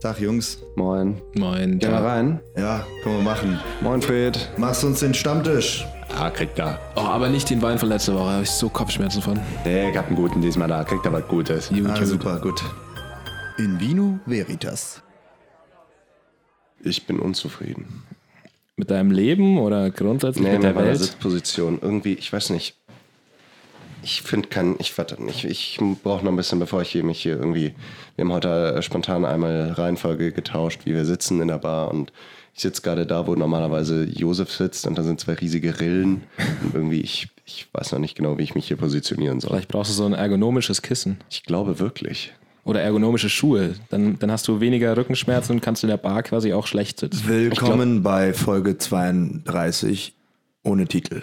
Tag, Jungs. Moin. Moin. Geh mal Ja. rein. Ja, können wir machen. Moin, Fred. Machst uns den Stammtisch. Ah, kriegt da. Oh, aber nicht den Wein von letzter Woche. Da habe ich so Kopfschmerzen von. Nee, ich hab einen guten diesmal da. Kriegt er was Gutes. Gut, Ah, gut. super, gut. In vino veritas. Ich bin unzufrieden. Mit deinem Leben oder grundsätzlich Nee, mit mit der meiner also- Welt? Sitzposition. Irgendwie, ich weiß nicht. Ich finde keinen, ich warte nicht. Ich brauche noch ein bisschen, bevor ich hier mich hier irgendwie. Wir haben heute äh, spontan einmal Reihenfolge getauscht, wie wir sitzen in der Bar und ich sitze gerade da, wo normalerweise Josef sitzt und da sind zwei riesige Rillen. Und irgendwie, ich, ich weiß noch nicht genau, wie ich mich hier positionieren soll. Vielleicht brauchst du so ein ergonomisches Kissen Ich glaube wirklich. oder ergonomische Schuhe. Dann, dann hast du weniger Rückenschmerzen und kannst in der Bar quasi auch schlecht sitzen. Willkommen bei Folge 32 ohne Titel.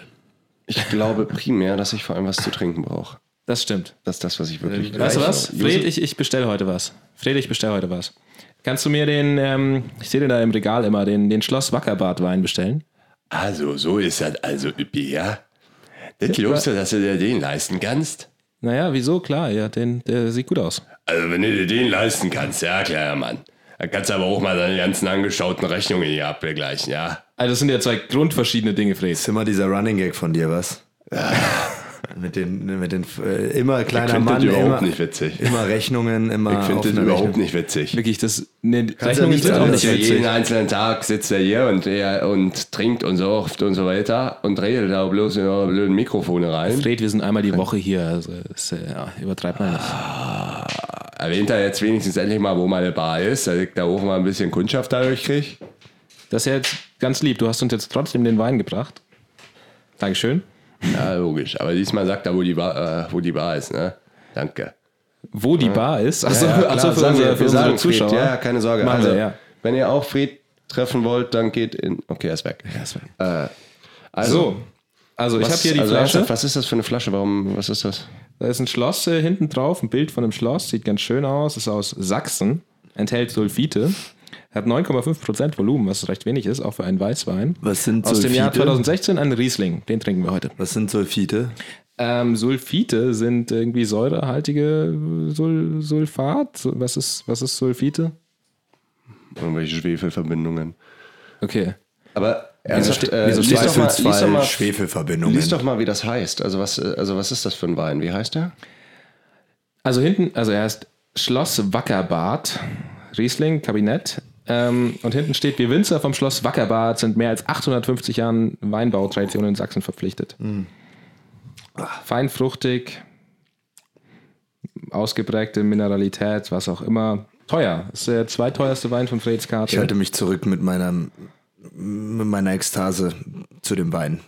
Ich glaube primär, dass ich vor allem was zu trinken brauche. Das stimmt. Das ist das, was ich wirklich Äh, Weißt du gleich- was? Josef- Fred, ich, ich bestelle heute was. Fred, ich bestelle heute was. Kannst du mir den, ähm, ich sehe den da im Regal immer, den, den Schloss Wackerbad-Wein bestellen? Also, so ist das also üppig, ja? Das glaubst du, dass du dir den leisten kannst? Naja, wieso? Klar, ja, den, der sieht gut aus. Also, wenn du dir den leisten kannst, ja, klar, Mann. Dann kannst du aber auch mal deine ganzen angestauten Rechnungen hier abgleichen, ja? Also das sind ja zwei grundverschiedene Dinge, Fred. Ist immer dieser Running Gag von dir, was? mit den, mit den äh, immer kleiner find das Mann, überhaupt immer, nicht witzig. immer Rechnungen, immer Ich finde offene das überhaupt Rechnungen. nicht witzig. Wirklich, das, ne, Kannst ja Rechnungen nicht sind auch sagen, Das ist nicht ja witzig. jeden einzelnen Tag sitzt er hier und, er, und trinkt und sauft und so weiter und redet da bloß in eure blöden Mikrofone rein. Fred, wir sind einmal die Woche hier, also das, äh, ja, übertreibt man nicht. Erwähnt er jetzt wenigstens endlich mal, wo meine Bar ist, dass ich da auch mal ein bisschen Kundschaft dadurch kriege? Das ist ja jetzt ganz lieb, du hast uns jetzt trotzdem den Wein gebracht. Dankeschön. Ja, Ah, logisch. Aber diesmal sagt er, wo die Bar, äh, wo die Bar ist, ne? Danke. Wo die Bar ist, achso, Ja, achso klar, für sagen wir, unsere, für wir unsere sagen Zuschauer. Fred, ja, keine Sorge. Machen Also, wir, ja. Wenn ihr auch Fred treffen wollt, dann geht in. Okay, er ist weg. Äh, also, So, also ich was- habe hier die also Flasche. ernsthaft, Was ist das für eine Flasche? Warum? Was ist das? Da ist ein Schloss äh, hinten drauf, ein Bild von einem Schloss, sieht ganz schön aus, ist aus Sachsen, enthält Sulfite, hat 9,5% Volumen, was recht wenig ist, auch für einen Weißwein. Was sind Aus dem Jahr Sulfite? 2016 ein Riesling, den trinken wir heute. Was sind Sulfite? Ähm, Sulfite sind irgendwie säurehaltige Sul Sulfat. Was ist, was ist Sulfite? Irgendwelche Schwefelverbindungen. Okay. Aber ernsthaft, ste- äh, wieso lies, doch mal, lies, doch Zweifelsfall, mal, Schwefelverbindungen. lies doch mal, wie das heißt. Also was, äh, also, was ist das für ein Wein? Wie heißt der? Also hinten, also er heißt Schloss Wackerbad, Riesling, Kabinett. Ähm, und hinten steht, wir Winzer vom Schloss Wackerbad sind mehr als 850 Jahren Weinbautradition in Sachsen verpflichtet. Feinfruchtig, ausgeprägte Mineralität, was auch immer. Teuer. Ist der zweiteuerste Wein von Freds Karte. Ich halte mich zurück mit meiner, mit meiner Ekstase zu dem Wein.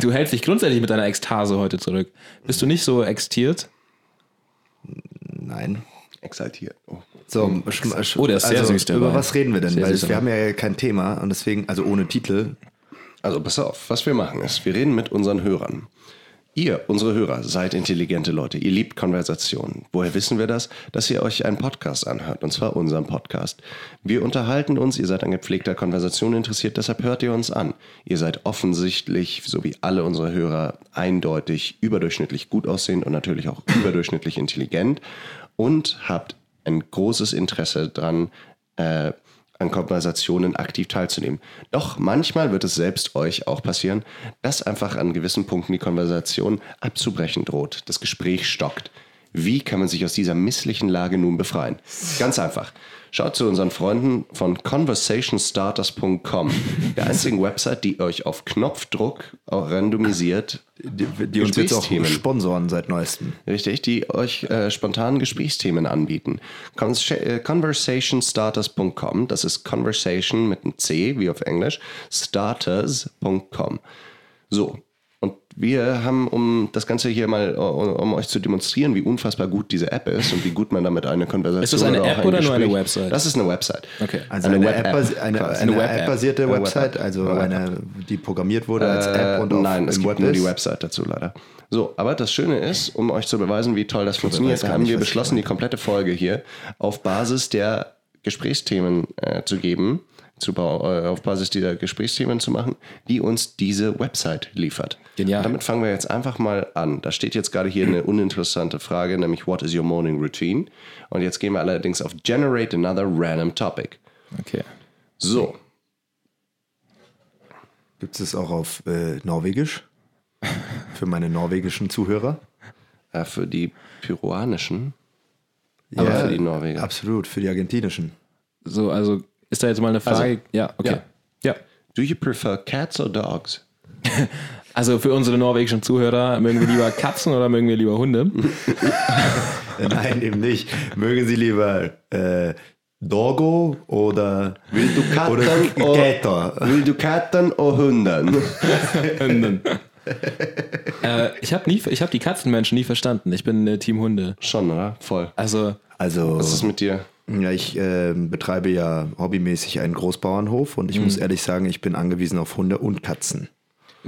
Du hältst dich grundsätzlich mit deiner Ekstase heute zurück. Bist du nicht so extiert? Nein. Exaltiert. Oh. So, sch- sch- Oh, der ist sehr also, süß, der Über Wein. was reden wir denn? Sehr Weil süßer wir haben ja kein Thema und deswegen, also ohne Titel. Also pass auf, was wir machen ist, wir reden mit unseren Hörern. Ihr, unsere Hörer, seid intelligente Leute. Ihr liebt Konversationen. Woher wissen wir das? Dass ihr euch einen Podcast anhört, und zwar unseren Podcast. Wir unterhalten uns, ihr seid an gepflegter Konversation interessiert, deshalb hört ihr uns an. Ihr seid offensichtlich, so wie alle unsere Hörer, eindeutig überdurchschnittlich gut aussehend und natürlich auch überdurchschnittlich intelligent und habt ein großes Interesse dran, äh, an Konversationen aktiv teilzunehmen. Doch manchmal wird es selbst euch auch passieren, dass einfach an gewissen Punkten die Konversation abzubrechen droht, das Gespräch stockt. Wie kann man sich aus dieser misslichen Lage nun befreien? Ganz einfach. Schaut zu unseren Freunden von conversationstarters.com, der einzigen Website, die euch auf Knopfdruck auch randomisiert Die, die uns jetzt auch Gesprächsthemen. sponsoren seit neuestem. Richtig, die euch äh, spontan Gesprächsthemen anbieten. Cons- äh, Conversationstarters.com, das ist Conversation mit einem C, wie auf Englisch, starters.com. So, und wir haben, um das Ganze hier mal, äh, um euch zu demonstrieren, wie unfassbar gut diese App ist und wie gut man damit eine Konversation Ist das eine auch App ein oder nur eine Gespräch- Website? Das ist eine Website. Okay. Also eine, Web-App App-basi- eine, quasi. eine, Eine Web-App. App-basierte Eine Website, Web-App. also Eine eine, die programmiert wurde als App und äh, auf Nein, es im gibt Web nur die ist. Website dazu leider. So, aber das Schöne ist, um euch zu beweisen, wie toll das funktioniert, weiß gar haben nicht, wir was ich beschlossen, die komplette Folge hier auf Basis der Gesprächsthemen äh, zu geben, zu, bau- äh, auf Basis dieser Gesprächsthemen zu machen, die uns diese Website liefert. Genial. Und damit fangen wir jetzt einfach mal an. Da steht jetzt gerade hier eine uninteressante Frage, nämlich What is your morning routine? Und jetzt gehen wir allerdings auf Generate another random topic. Okay. So, Gibt es das auch auf äh, Norwegisch? Für meine norwegischen Zuhörer? äh, für die peruanischen, aber für die Norweger. Absolut, für die argentinischen. So, also ist da jetzt mal eine Frage? ja, okay. Ja. Do you prefer cats or dogs? Also für unsere norwegischen Zuhörer, mögen wir lieber Katzen oder mögen wir lieber Hunde? Äh, Nein, eben nicht. Mögen Sie lieber äh, Dogo oder Will du Katten oder oder- Gator? oh, Will du oh, Katten oder Hunden? Hunden. äh, ich habe hab die Katzenmenschen nie verstanden. Ich bin äh, Team Hunde. Schon, oder? Voll. Also, Also, Was ist mit dir? ja, ich ähm, betreibe ja hobbymäßig einen Großbauernhof und ich Mhm. muss ehrlich sagen, ich bin angewiesen auf Hunde und Katzen.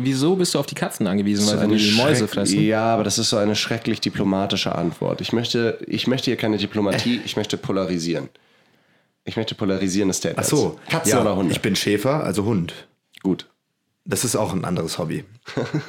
wieso bist du auf die Katzen angewiesen? Weil Eine sie die Mäuse schreck- fressen. Ja, aber das ist so eine schrecklich diplomatische Antwort. Ich möchte, ich möchte hier keine Diplomatie, ich möchte polarisieren. Ich möchte polarisieren Statements. Katzen ja, oder Hunde? Ich bin Schäfer, also Hund. gut. Das ist auch ein anderes Hobby.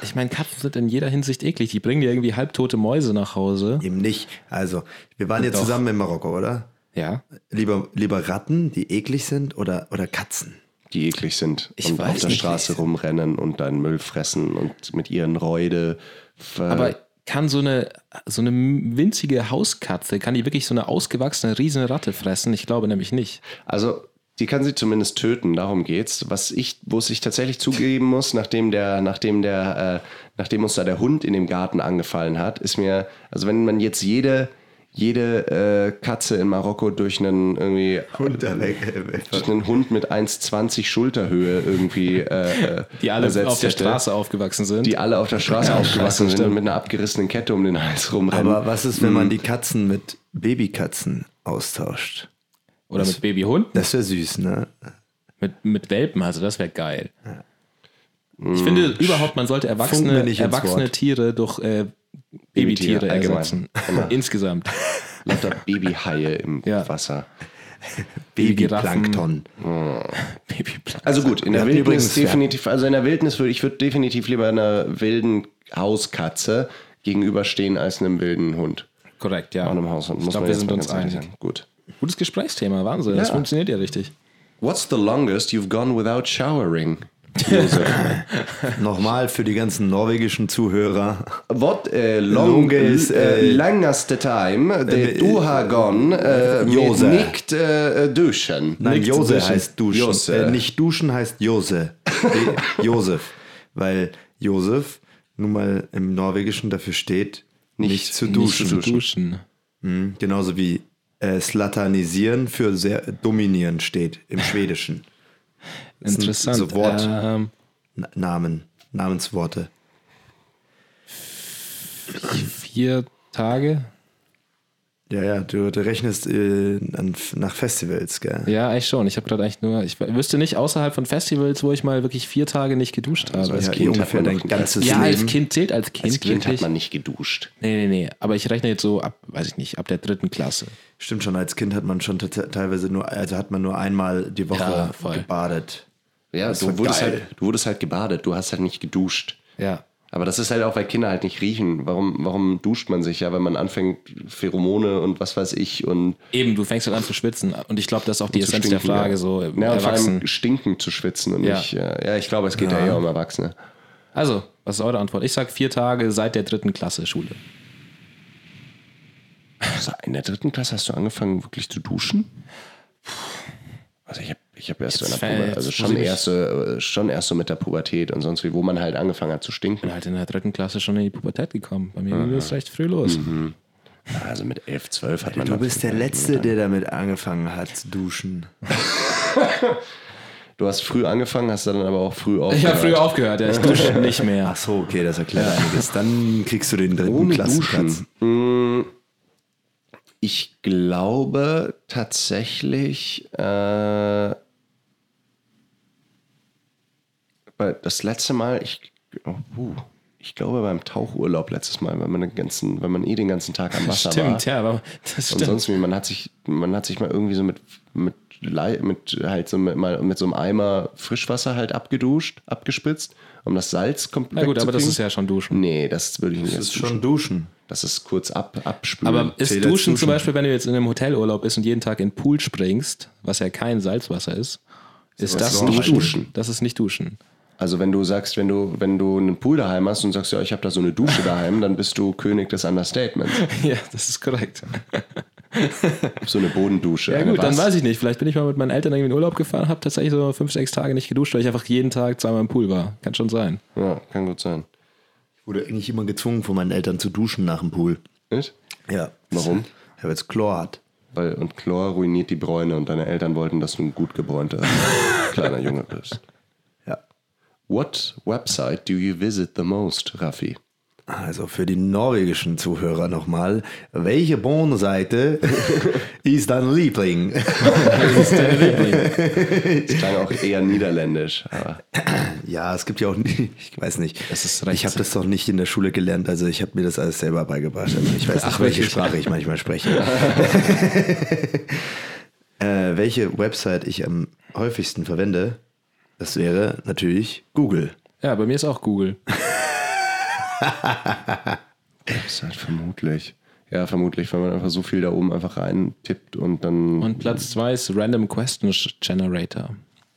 Ich meine, Katzen sind in jeder Hinsicht eklig. Die bringen dir irgendwie halbtote Mäuse nach Hause. Eben nicht. Also, wir waren ja Doch. zusammen in Marokko, oder? Ja. Lieber, lieber Ratten, die eklig sind, oder, oder Katzen? Die eklig sind Ich und weiß auf der nicht, Straße rumrennen und deinen Müll fressen und mit ihren Räude. ver- Aber kann so eine, so eine winzige Hauskatze, kann die wirklich so eine ausgewachsene riesen Ratte fressen? Ich glaube nämlich nicht. Also, die kann sie zumindest töten, darum geht's. Was ich, wo es ich tatsächlich zugeben muss, nachdem der, nachdem der, äh, nachdem uns da der Hund in dem Garten angefallen hat, ist mir, also wenn man jetzt jede, jede äh, Katze in Marokko durch einen irgendwie Hund da weg. durch einen Hund mit 1,20 Schulterhöhe irgendwie äh, äh, Die alle ersetzt auf der hätte, Straße aufgewachsen sind. die alle auf der Straße aufgewachsen sind und stimmt. mit einer abgerissenen Kette um den Hals rumrennen. Aber was ist, wenn man Mhm. die Katzen mit Babykatzen austauscht? Oder mit Babyhund, Das wäre süß, ne? mit, mit Welpen, also das wäre geil. Ich finde überhaupt, man sollte mir erwachsene, nicht ins erwachsene Wort. Tiere durch äh, Babytiere Babytiere, allgemein. ersetzen. Insgesamt. Lauter Babyhaie im Ja. Wasser. Babyplankton. Babyplan. Also gut, in der hatten Wildnis übrigens, ja. definitiv, also in der Wildnis würde ich würde definitiv lieber einer wilden Hauskatze gegenüberstehen als einem wilden Hund. Korrekt, ja. Auch einem Haushund. Ich muss glaube, man wir jetzt sind mal uns ganz ehrlich einig. sagen. Gut. Gutes Gesprächsthema, Wahnsinn. Das Ja. funktioniert ja richtig. What's the longest you've gone without showering? Josef? Nochmal für die ganzen norwegischen Zuhörer. What uh, long Longest, äh, langeste time that du har gone äh, mit Jose. nicht äh, duschen? Nein, Nichts Jose duschen. heißt duschen. Jose. Äh, nicht duschen heißt Jose. Nee, Josef. Weil Josef nun mal im Norwegischen dafür steht, nicht, zu duschen. Nicht zu duschen. Mhm, Genauso wie äh, slatanisieren für sehr dominieren steht im Schwedischen. Das sind Interessant. So Wort, Ähm, Na- Namen, Namensworte. vier Tage. Ja, ja, du, du rechnest äh, an, nach Festivals, gell? Ja, eigentlich schon. Ich habe gerade eigentlich nur, ich wüsste nicht außerhalb von Festivals, wo ich mal wirklich vier Tage nicht geduscht habe. Ja, eh Als Kind hat ungefähr man dein noch- ganzes ja, als Leben. Kind zählt als Kind. Als Kind hat wirklich. man nicht geduscht. nee, nee, nee. Aber ich rechne jetzt so ab, weiß ich nicht, ab der dritten Klasse. Stimmt schon, als Kind hat man schon te- teilweise nur, also hat man nur einmal die Woche Ja, voll. gebadet. Ja, Das du war wurdest, geil. halt, du wurdest halt gebadet, du hast halt nicht geduscht. Ja. Aber das ist halt auch, weil Kinder halt nicht riechen. Warum, warum duscht man sich ja, wenn man anfängt, Pheromone und was weiß ich und Eben, du fängst halt an zu schwitzen. Und ich glaube, das ist auch die zu Essenz der stinken, Frage. ja. So, äh, ja, und vor erwachsen. allem stinken zu schwitzen und Ja. nicht. Ja, ja ich glaube, es geht ja, eher um Erwachsene. Also, was ist eure Antwort? Ich sag vier Tage seit der dritten Klasse Schule. Also in der dritten Klasse hast du angefangen, wirklich zu duschen? Also ich habe ich hab erst so in Jetzt der Pubertät, fällt- also muss schon ich mich- erst, so, äh, schon erst so mit der Pubertät und sonst wie, wo man halt angefangen hat zu stinken. Bin halt in der dritten Klasse schon in die Pubertät gekommen. Bei mir Ah, ging das recht früh los. Mhm. Also mit 11, 12 hat man Du dann- bist der Letzte, der damit angefangen hat zu duschen. Du hast früh angefangen, hast dann aber auch früh aufgehört. Ich habe früher aufgehört, ja. Ich dusche nicht mehr. Ach so, okay, das erklärt einiges. Dann kriegst du den dritten Ohne Klassenplatz. Duschen. Mm, Ich glaube tatsächlich, äh, weil das letzte Mal, ich, oh, puh, ich glaube, beim Tauchurlaub letztes Mal, wenn man, den ganzen, wenn man eh den ganzen Tag am Wasser war. Stimmt, ja, aber das Und stimmt. sonst wie, man hat sich, man hat sich mal irgendwie so mit, mit, Lei- mit halt so mit, mal mit so einem Eimer Frischwasser halt abgeduscht, abgespitzt, um das Salz komplett Na gut, aber das wegzukriegen. ist ja schon Duschen. Nee, das würde ich nicht. Das ist schon Duschen. das ist kurz ab, abspülen. Aber ist zählt Duschen, als zum Duschen. Beispiel, wenn du jetzt in einem Hotelurlaub bist und jeden Tag in den Pool springst, was ja kein Salzwasser ist, das ist das ist nicht Duschen. Duschen. Das ist nicht Duschen. also wenn du sagst, wenn du, wenn du einen Pool daheim hast und sagst, ja, ich habe da so eine Dusche daheim, dann bist du König des Understatements. Ja, das ist korrekt. So eine Bodendusche. Ja eine gut, dann was? weiß ich nicht. Vielleicht bin ich mal mit meinen Eltern irgendwie in Urlaub gefahren, habe tatsächlich so fünf, sechs Tage nicht geduscht, weil ich einfach jeden Tag zweimal im Pool war. Kann schon sein. Ja, kann gut sein. Ich wurde eigentlich immer gezwungen, von meinen Eltern zu duschen nach dem Pool. Nicht? Ja. Warum? Ja, weil es Chlor hat. Weil, und Chlor ruiniert die Bräune und deine Eltern wollten, dass du ein gut gebräunter kleiner Junge bist. Ja. What website do you visit the most, Raffi? Also für die norwegischen Zuhörer nochmal. Welche Bohnenseite ist dein Liebling? Das klang auch eher niederländisch, aber Ja, es gibt ja auch, ich weiß nicht. Das ist recht. Ich habe das doch nicht in der Schule gelernt, also ich habe mir das alles selber beigebracht. Also ich weiß nicht, welche Sprache ich manchmal spreche. äh, welche Website ich am häufigsten verwende, das wäre natürlich Google. Ja, bei mir ist auch Google. ist halt vermutlich. Ja, vermutlich, weil man einfach so viel da oben einfach reintippt und dann Und Platz zwei ist Random Question Generator.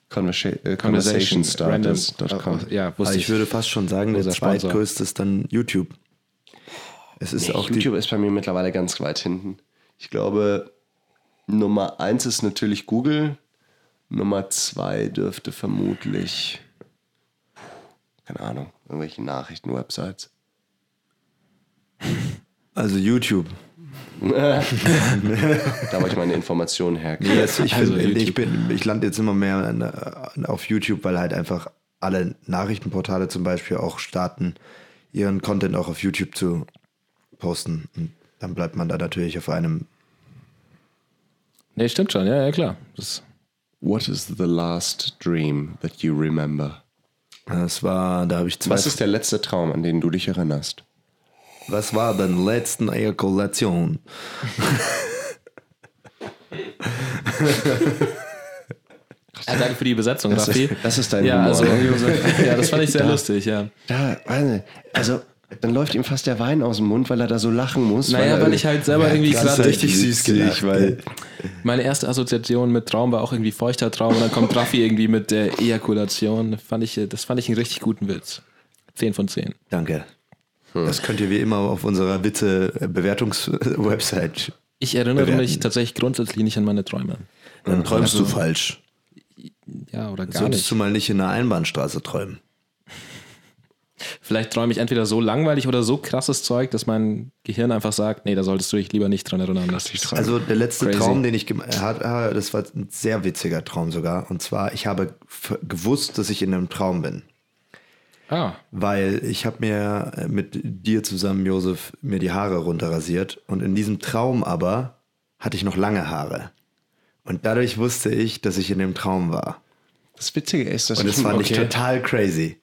Conversa äh, Random. Oh, conversationstarters.com. Ja, Also wusste ich ich. würde fast schon sagen, der Unser Sponsor. zweitgrößte ist dann YouTube. Es ist Nee, auch YouTube ist bei mir mittlerweile ganz weit hinten. Ich glaube, Nummer eins ist natürlich Google. Nummer zwei dürfte vermutlich, keine Ahnung, irgendwelche Nachrichten-Websites. die, also YouTube. Da wollte ich meine Informationen herkriegen. Nee, das, ich, Also find, ich, YouTube. bin, ich lande jetzt immer mehr an, äh, auf YouTube, weil halt einfach alle Nachrichtenportale zum Beispiel auch starten, ihren Content auch auf YouTube zu posten. Und dann bleibt man da natürlich auf einem. Nee, stimmt schon. Ja, ja, klar. Das, What is the last dream that you remember? Das war, da habe ich zwei. Was ist der letzte Traum, an den du dich erinnerst? was war deine letzte Ejakulation? ah, danke für die Besetzung, Das ist- Raffi. das ist dein ja, Humor, Also, ne? Josef, ja, das fand ich sehr lustig, ja. Da, weiß nicht. Also, dann läuft ihm fast der Wein aus dem Mund, weil er da so lachen muss. Naja, weil ich halt selber irgendwie gerade richtig süß gelacht, weil Meine erste Assoziation mit Traum war auch irgendwie feuchter Traum und dann kommt Raffi irgendwie mit der Ejakulation. Fand ich, äh, das fand ich einen richtig guten Witz. 10 von 10. Danke. Das könnt ihr wie immer auf unserer äh, Witze-Bewertungs-Website. Ich erinnere Bewerten. mich tatsächlich grundsätzlich nicht an meine Träume. Dann träumst du falsch. Ja, oder gar Solltest du nicht. mal nicht in einer Einbahnstraße träumen. Vielleicht träume ich entweder so langweilig oder so krasses Zeug, dass mein Gehirn einfach sagt, nee, da solltest du dich lieber nicht dran erinnern. Das ist Also der letzte Crazy. Traum, den ich gem- äh, hatte, ah, das war ein sehr witziger Traum sogar. Und zwar, ich habe f- gewusst, dass ich in einem Traum bin. ah, Weil ich habe mir äh, mit dir zusammen, Josef, mir die Haare runterrasiert. Und in diesem Traum aber hatte ich noch lange Haare. Und dadurch wusste ich, dass ich in dem Traum war. Das Witzige ist, dass Und ich das fand ich Okay. total crazy.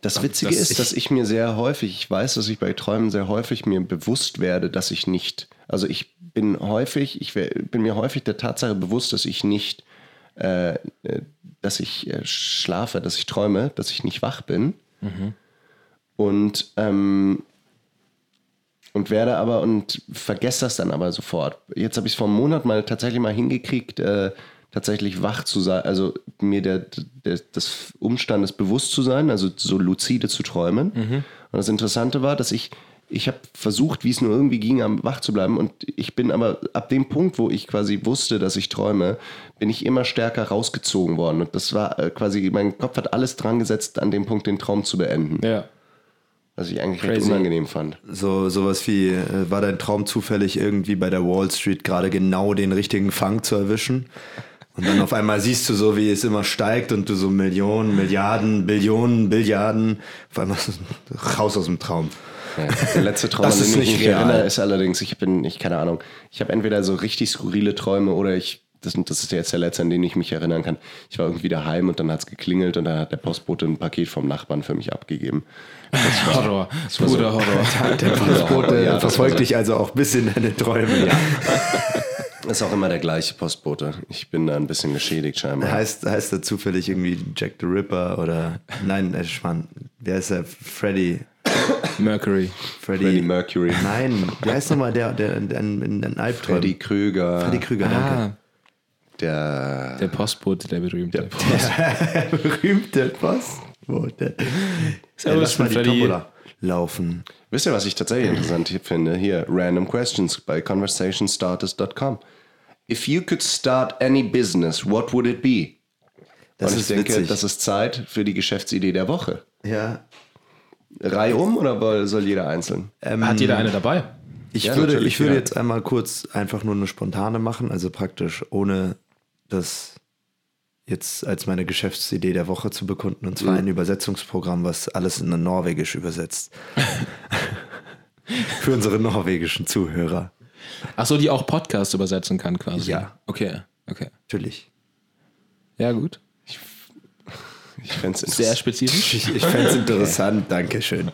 Das Witzige das- ist, dass ich mir sehr häufig, ich weiß, dass ich bei Träumen sehr häufig mir bewusst werde, dass ich nicht, also ich bin häufig, ich wär, bin mir häufig der Tatsache bewusst, dass ich nicht, äh, äh, dass ich äh, schlafe, dass ich träume, dass ich nicht wach bin. Und, ähm, und werde aber und vergesse das dann aber sofort. Jetzt habe ich es vor einem Monat mal tatsächlich mal hingekriegt, äh, tatsächlich wach zu sein, also mir der, der, des Umstandes bewusst zu sein, also so luzide zu träumen. Und das Interessante war, dass ich, ich habe versucht, wie es nur irgendwie ging, am wach zu bleiben. Und ich bin aber ab dem Punkt, wo ich quasi wusste, dass ich träume, bin ich immer stärker rausgezogen worden. Und das war äh, quasi, mein Kopf hat alles dran gesetzt, an dem Punkt den Traum zu beenden. ja. Was ich eigentlich recht Crazy. unangenehm fand. So sowas wie, äh, war dein Traum zufällig irgendwie bei der Wall Street gerade genau den richtigen Fang zu erwischen? Und dann auf einmal siehst du so, wie es immer steigt und du so Millionen, Milliarden, Billionen, Billiarden, auf einmal so raus aus dem Traum. Ja, der letzte Traum, Das an ist den ich nicht mich real. erinnere, ist allerdings, ich bin, ich keine Ahnung, ich habe entweder so richtig skurrile Träume oder ich Das, das ist jetzt der letzte, an den ich mich erinnern kann. Ich war irgendwie daheim und dann hat es geklingelt und dann hat der Postbote ein Paket vom Nachbarn für mich abgegeben. Horror. Guter Horror. Der Postbote ja, das verfolgt war- dich also auch bis in deine Träume. Ist auch immer der gleiche Postbote. Ich bin da ein bisschen geschädigt scheinbar. Heißt, heißt er zufällig irgendwie Jack the Ripper oder. Nein, äh, Schwan. Wer ist der? Freddy. Mercury. Freddy, Freddie Mercury. Nein, wer heißt nochmal der, der, der in, in den Albträumen? Freddy Krüger. Freddy Krüger, danke. Ah, Der, der Postbote, der berühmte. Der Berühmte Postbote. Ey, lass mal die Tombola laufen. Wisst ihr, was ich tatsächlich interessant hier finde? Hier, random questions bei conversationstarters.com. If you could start any business, what would it be? Das Und ich ist denke, witzig. das ist Zeit für die Geschäftsidee der Woche. Ja, Reih um oder woll- soll jeder einzeln? Hat jeder eine dabei? Ich Ja, würde, natürlich, ich würde ja. jetzt einmal kurz einfach nur eine spontane machen, also praktisch ohne das jetzt als meine Geschäftsidee der Woche zu bekunden, und zwar ein Übersetzungsprogramm, was alles in Norwegisch übersetzt. Für unsere norwegischen Zuhörer. Achso, die auch Podcasts übersetzen kann quasi. Ja. Okay, okay. Natürlich. Ja, gut. Ich fände es Sehr interessant. spezifisch. Ich, ich fände es interessant, Dankeschön.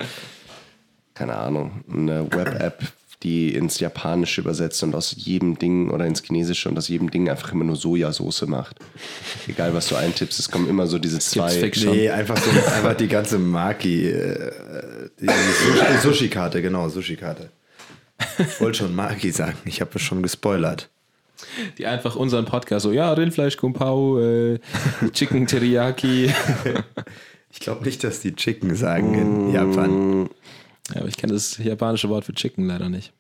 Keine Ahnung. Eine Web-App, die ins Japanische übersetzt und aus jedem Ding oder ins Chinesische und aus jedem Ding einfach immer nur Sojasauce macht. Egal, was du eintippst, es kommen immer so diese Gibt's zwei. Fiction. Nee, einfach, so, einfach die ganze Maki. Äh, die Sushi- Sushi-Karte, genau, Sushi-Karte. Ich wollte schon Maki sagen, ich habe es schon gespoilert. Die einfach unseren Podcast so, ja, Rindfleisch, Kumpau, äh, Chicken Teriyaki. Ich glaube nicht, dass die Chicken sagen in Japan. Mm, Ja, aber ich kenne das japanische Wort für Chicken leider nicht.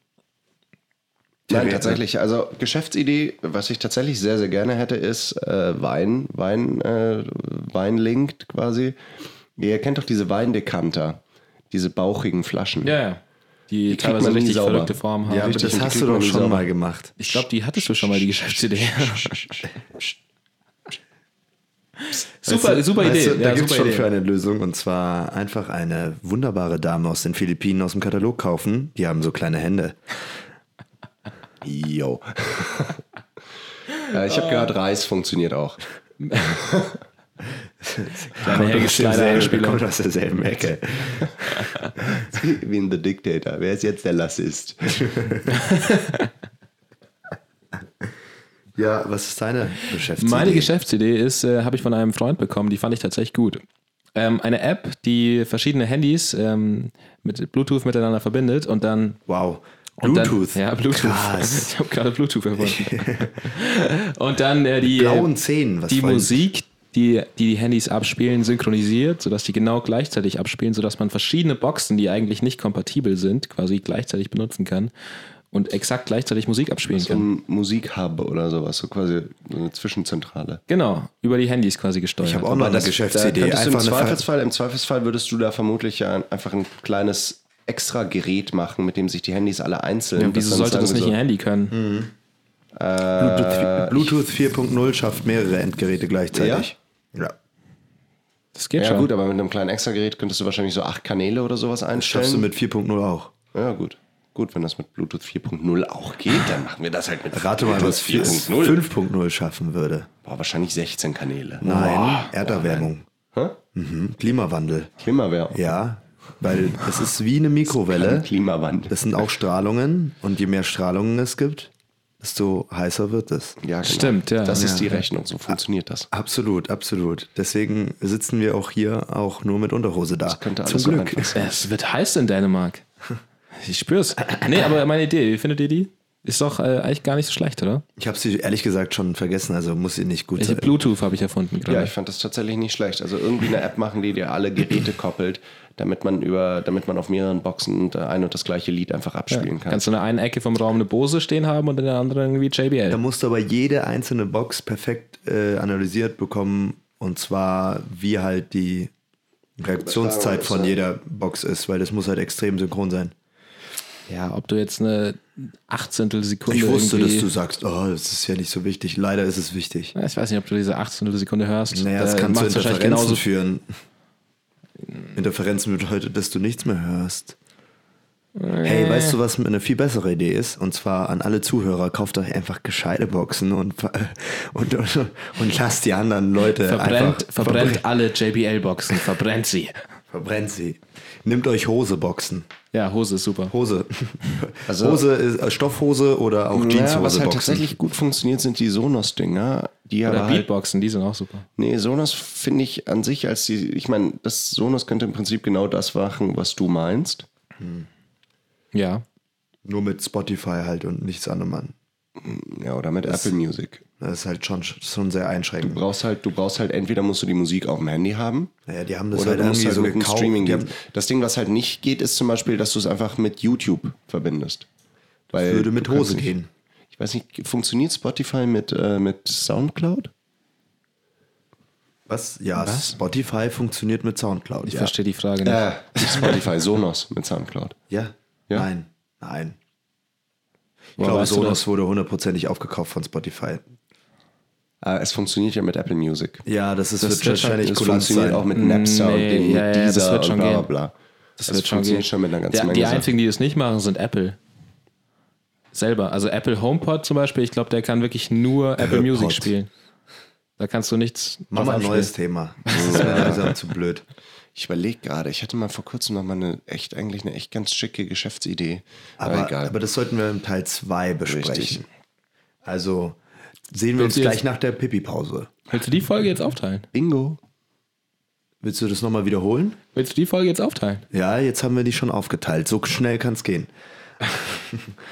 Nein, tatsächlich. Also Geschäftsidee, was ich tatsächlich sehr, sehr gerne hätte, ist äh, Wein, Wein, äh, Wein linked quasi. Ihr kennt doch diese Weindekanter, diese bauchigen Flaschen. Ja, ja. Die, kriegt teilweise man nie richtig sauber. verrückte Formen haben. Ja, aber Richtig. das und die hast du kriegt man doch nie schon sauber. mal gemacht. ich glaube, die hattest du schon mal, die Geschäftsidee. super, super Idee. Weißt du, da ja, gibt es super schon Idee. für eine Lösung und zwar einfach eine wunderbare Dame aus den Philippinen aus dem Katalog kaufen. Die haben so kleine Hände. Yo. äh, ich habe gehört, Reis funktioniert auch. derselben, Kleine Helgeschneider-Anspielung. kommt aus derselben Ecke. Wie in The Dictator. Wer ist jetzt der Lassist? Ja, was ist deine Geschäftsidee? Meine Geschäftsidee ist, äh, habe ich von einem Freund bekommen, die fand ich tatsächlich gut. Ähm, eine App, die verschiedene Handys ähm, mit Bluetooth miteinander verbindet und dann. Wow. Und Bluetooth. Dann, ja, Bluetooth. Krass. Ich habe gerade Bluetooth erfunden. und dann äh, die, Blauen Zähnen. Was die vorhin- Musik, die, die die Handys abspielen, synchronisiert, sodass die genau gleichzeitig abspielen, sodass man verschiedene Boxen, die eigentlich nicht kompatibel sind, quasi gleichzeitig benutzen kann und exakt gleichzeitig Musik abspielen So kann. ein Musikhub oder sowas, so quasi so eine Zwischenzentrale. Genau, über die Handys quasi gesteuert. Ich habe auch noch eine Da Geschäftsidee. könntest du Einfach im, eine Ver- Zweifelsfall, Im Zweifelsfall würdest du da vermutlich ja ein- einfach ein kleines extra Gerät machen, mit dem sich die Handys alle einzeln. Ja, dass wieso dann sollte sagen das wir nicht so, ein Handy können? Äh, Bluetooth, Bluetooth 4.0 schafft mehrere Endgeräte gleichzeitig. Ja. Das geht Ja, schon. gut, aber mit einem kleinen extra Gerät könntest du wahrscheinlich so acht Kanäle oder sowas einstellen. Schaffst du mit 4.0 auch. ja, gut. Gut, wenn das mit Bluetooth 4.0 auch geht, dann machen wir das halt mit Rate mal, Bluetooth was 4.0. 5.0 schaffen würde. Boah, wahrscheinlich 16 Kanäle. Nein, Erderwärmung. Hä? Mhm. Klimawandel. Klimawehr. Ja, weil es ist wie eine Mikrowelle. Klimawandel. Das sind auch Strahlungen und je mehr Strahlungen es gibt, desto heißer wird es. ja, genau. Stimmt, ja. Das Ja. ist die Rechnung, so funktioniert das. Absolut, absolut. Deswegen sitzen wir auch hier auch nur mit Unterhose da. könnte Zum alles so Glück. einfach sein. Es wird heiß in Dänemark. Ich spür's. Nee, aber meine Idee, wie findet ihr die? Ist doch äh, eigentlich gar nicht so schlecht, oder? Ich habe sie ehrlich gesagt schon vergessen, also muss sie nicht gut Welche sein. Bluetooth habe ich erfunden Ja, gerade? ich fand das tatsächlich nicht schlecht. Also irgendwie eine App machen, die dir alle Geräte koppelt, damit man über, damit man auf mehreren Boxen da ein und das gleiche Lied einfach abspielen kann. Kannst du in der einen Ecke vom Raum eine Bose stehen haben und in der anderen irgendwie Da JBL? musst du aber jede einzelne Box perfekt äh, analysiert bekommen und zwar wie halt die Reaktionszeit von jeder Box ist, weil das muss halt extrem synchron sein. Ja, ob du jetzt eine Achtzehntel Sekunde. Ich wusste, dass irgendwie, du sagst, oh, das ist ja nicht so wichtig. Leider ist es wichtig. Ja, Ich weiß nicht, ob du diese Achtzehntel Sekunde hörst. Naja, das Da kann zu macht's Interferenzen wahrscheinlich genauso führen. Interferenzen bedeutet, dass du nichts mehr hörst. Äh. Hey, weißt du, was eine viel bessere Idee ist? Und zwar an alle Zuhörer, kauft euch einfach gescheite Boxen und, ver- und, und, und lasst die anderen Leute Verbrennt, einfach... verbrennt verbrennt. alle JBL-Boxen, verbrennt sie. Verbrennt sie. Nehmt euch Hose-Boxen. Ja, Hose ist super. Hose. Also- Hose ist äh, Stoffhose oder auch Ja, was halt Jeanshose-Boxen. tatsächlich gut funktioniert, sind die Sonos-Dinger. Die Oder aber halt, Beatboxen, die sind auch super. nee, Sonos finde ich an sich als die, ich meine, das Sonos könnte im Prinzip genau das machen, was du meinst. Ja. Nur mit Spotify halt und nichts anderem an. Ja, oder mit Apple Music. Das ist halt schon, schon sehr Du einschränkend. brauchst halt, du brauchst halt, entweder musst du die Musik auf dem Handy haben. Naja, die haben das Oder halt du musst irgendwie halt so mit einem gekauft. Streaming Die gehen. haben, Das Ding, was halt nicht geht, ist zum Beispiel, dass du es einfach mit YouTube verbindest. Weil würde mit Äh, du kannst Hose nicht- gehen. Ich weiß nicht, funktioniert Spotify mit, äh, mit Soundcloud? Was? Ja, Spotify funktioniert mit Soundcloud. Ich ja. verstehe die Frage nicht. Äh, Spotify, Sonos mit Soundcloud. Ja? Ja? Nein. Nein. Ich Woher glaube, weißt du Sonos wurde hundertprozentig aufgekauft von Spotify. Äh, es funktioniert ja mit Apple Music. Ja, das ist wird wahrscheinlich es funktioniert auch mit Napster Nee, und dem, ja, ja, mit das dieser wird schon und bla gehen. bla bla. Das, Also wird schon funktioniert gehen. schon mit einer ganzen Der, Menge Die Sachen. einzigen, die das nicht machen, sind Apple. Selber. Also Apple HomePod zum Beispiel, ich glaube, der kann wirklich nur Apple HomePod. Music spielen. Da kannst du nichts. Mach drauf mal ein anspielen. neues Thema. Das ist mir langsam zu blöd. Ich überlege gerade, ich hatte mal vor kurzem noch mal eine echt, eigentlich eine echt ganz schicke Geschäftsidee. Aber, Aber, egal. aber das sollten wir im Teil 2 besprechen. Richtig. Also sehen wir uns Willst du jetzt- gleich nach der Pipi-Pause. Willst du die Folge jetzt aufteilen? Bingo. Willst du das nochmal wiederholen? Willst du die Folge jetzt aufteilen? Ja, jetzt haben wir die schon aufgeteilt. So schnell kann es gehen.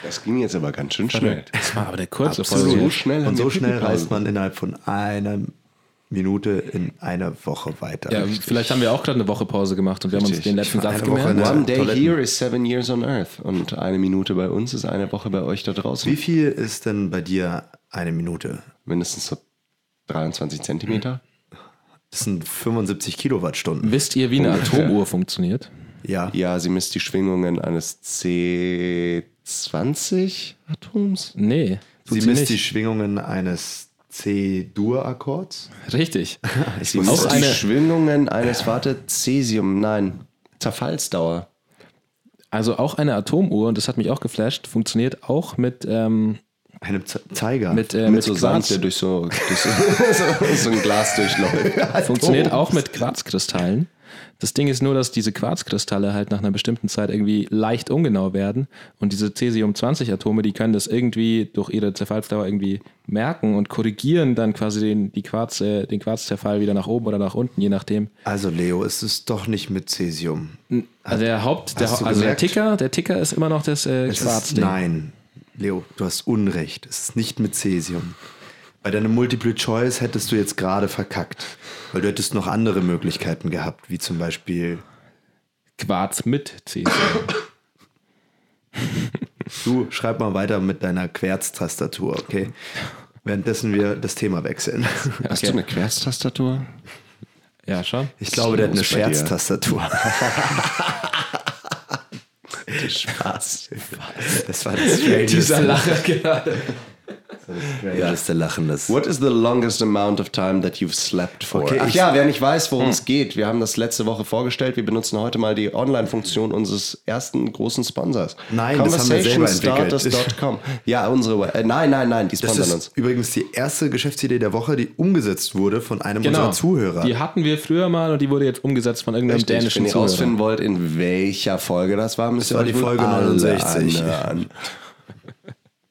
Das ging jetzt aber ganz schön schnell. Das war aber der kurze Absolut. Folge. schnell haben Und so wir schnell Pipi-Pause. reist man innerhalb von einer Minute in einer Woche weiter. Ja, vielleicht haben wir auch gerade eine Woche Pause gemacht und wir haben uns Richtig. den letzten Satz eine Woche in gemerkt. der- One day Toiletten. here is seven years on earth. Und eine Minute bei uns ist eine Woche bei euch da draußen. Wie viel ist denn bei dir eine Minute? Mindestens so 23 Zentimeter. Hm. Das sind 75 Kilowattstunden. Wisst ihr, wie eine Atomuhr funktioniert? Ja. Ja, sie misst die Schwingungen eines C20-Atoms. Nee. tut Sie misst die nicht. Schwingungen eines C-Dur-Akkords. Richtig. Ich Sie misst Auch die eine- Schwingungen eines, warte, Cäsium, nein, Zerfallsdauer. Also auch eine Atomuhr, und das hat mich auch geflasht, funktioniert auch mit, ähm, einem Ze Zeiger. mit, äh, mit, mit so Quarz. Sand, der durch so, durch so, so, so ein Glas durchläuft. Oh. Funktioniert auch mit Quarzkristallen. Das Ding ist nur, dass diese Quarzkristalle halt nach einer bestimmten Zeit irgendwie leicht ungenau werden und diese Cäsium-20-Atome, die können das irgendwie durch ihre Zerfallsdauer irgendwie merken und korrigieren dann quasi den, die Quarz, äh, den Quarzzerfall wieder nach oben oder nach unten, je nachdem. also Leo, es ist doch nicht mit Cäsium. Also der Haupt, der, hast du also der gemerkt? Ticker, der Ticker ist immer noch das äh, Es ist, Quarzding. nein, Leo, du hast Unrecht. Es ist nicht mit Cäsium. Bei deiner Multiple Choice hättest du jetzt gerade verkackt, weil du hättest noch andere Möglichkeiten gehabt, wie zum Beispiel Quarz mit Cäsium. Du schreib mal weiter mit deiner Querztastatur, okay? Währenddessen wir das Thema wechseln. Hast du eine Querztastatur? Ja, schon. Ich glaube, der hat eine los bei dir? Scherztastatur. Spaß. Das war das strangeste, Lacher gerade. strangeste Lachen. Das What is the longest amount of time that you've slept for? Okay, Ach ich- Hm. ja, wer nicht weiß, worum es geht, wir haben das letzte Woche vorgestellt. Wir benutzen heute mal die Online-Funktion unseres ersten großen Sponsors. Nein, das haben wir selber entwickelt. conversationstarters.com. Ja, unsere. We- Äh, nein, nein, nein, die das sponsern uns. ist übrigens die erste Geschäftsidee der Woche, die umgesetzt wurde von einem unserer Zuhörer. Genau. Die hatten wir früher mal und die wurde jetzt umgesetzt von irgendeinem Richtig, wenn dänischen ihr Zuhörer. rausfinden wollt, in welcher Folge das war, müsst ihr war euch die wohl Folge alle 69. anhören.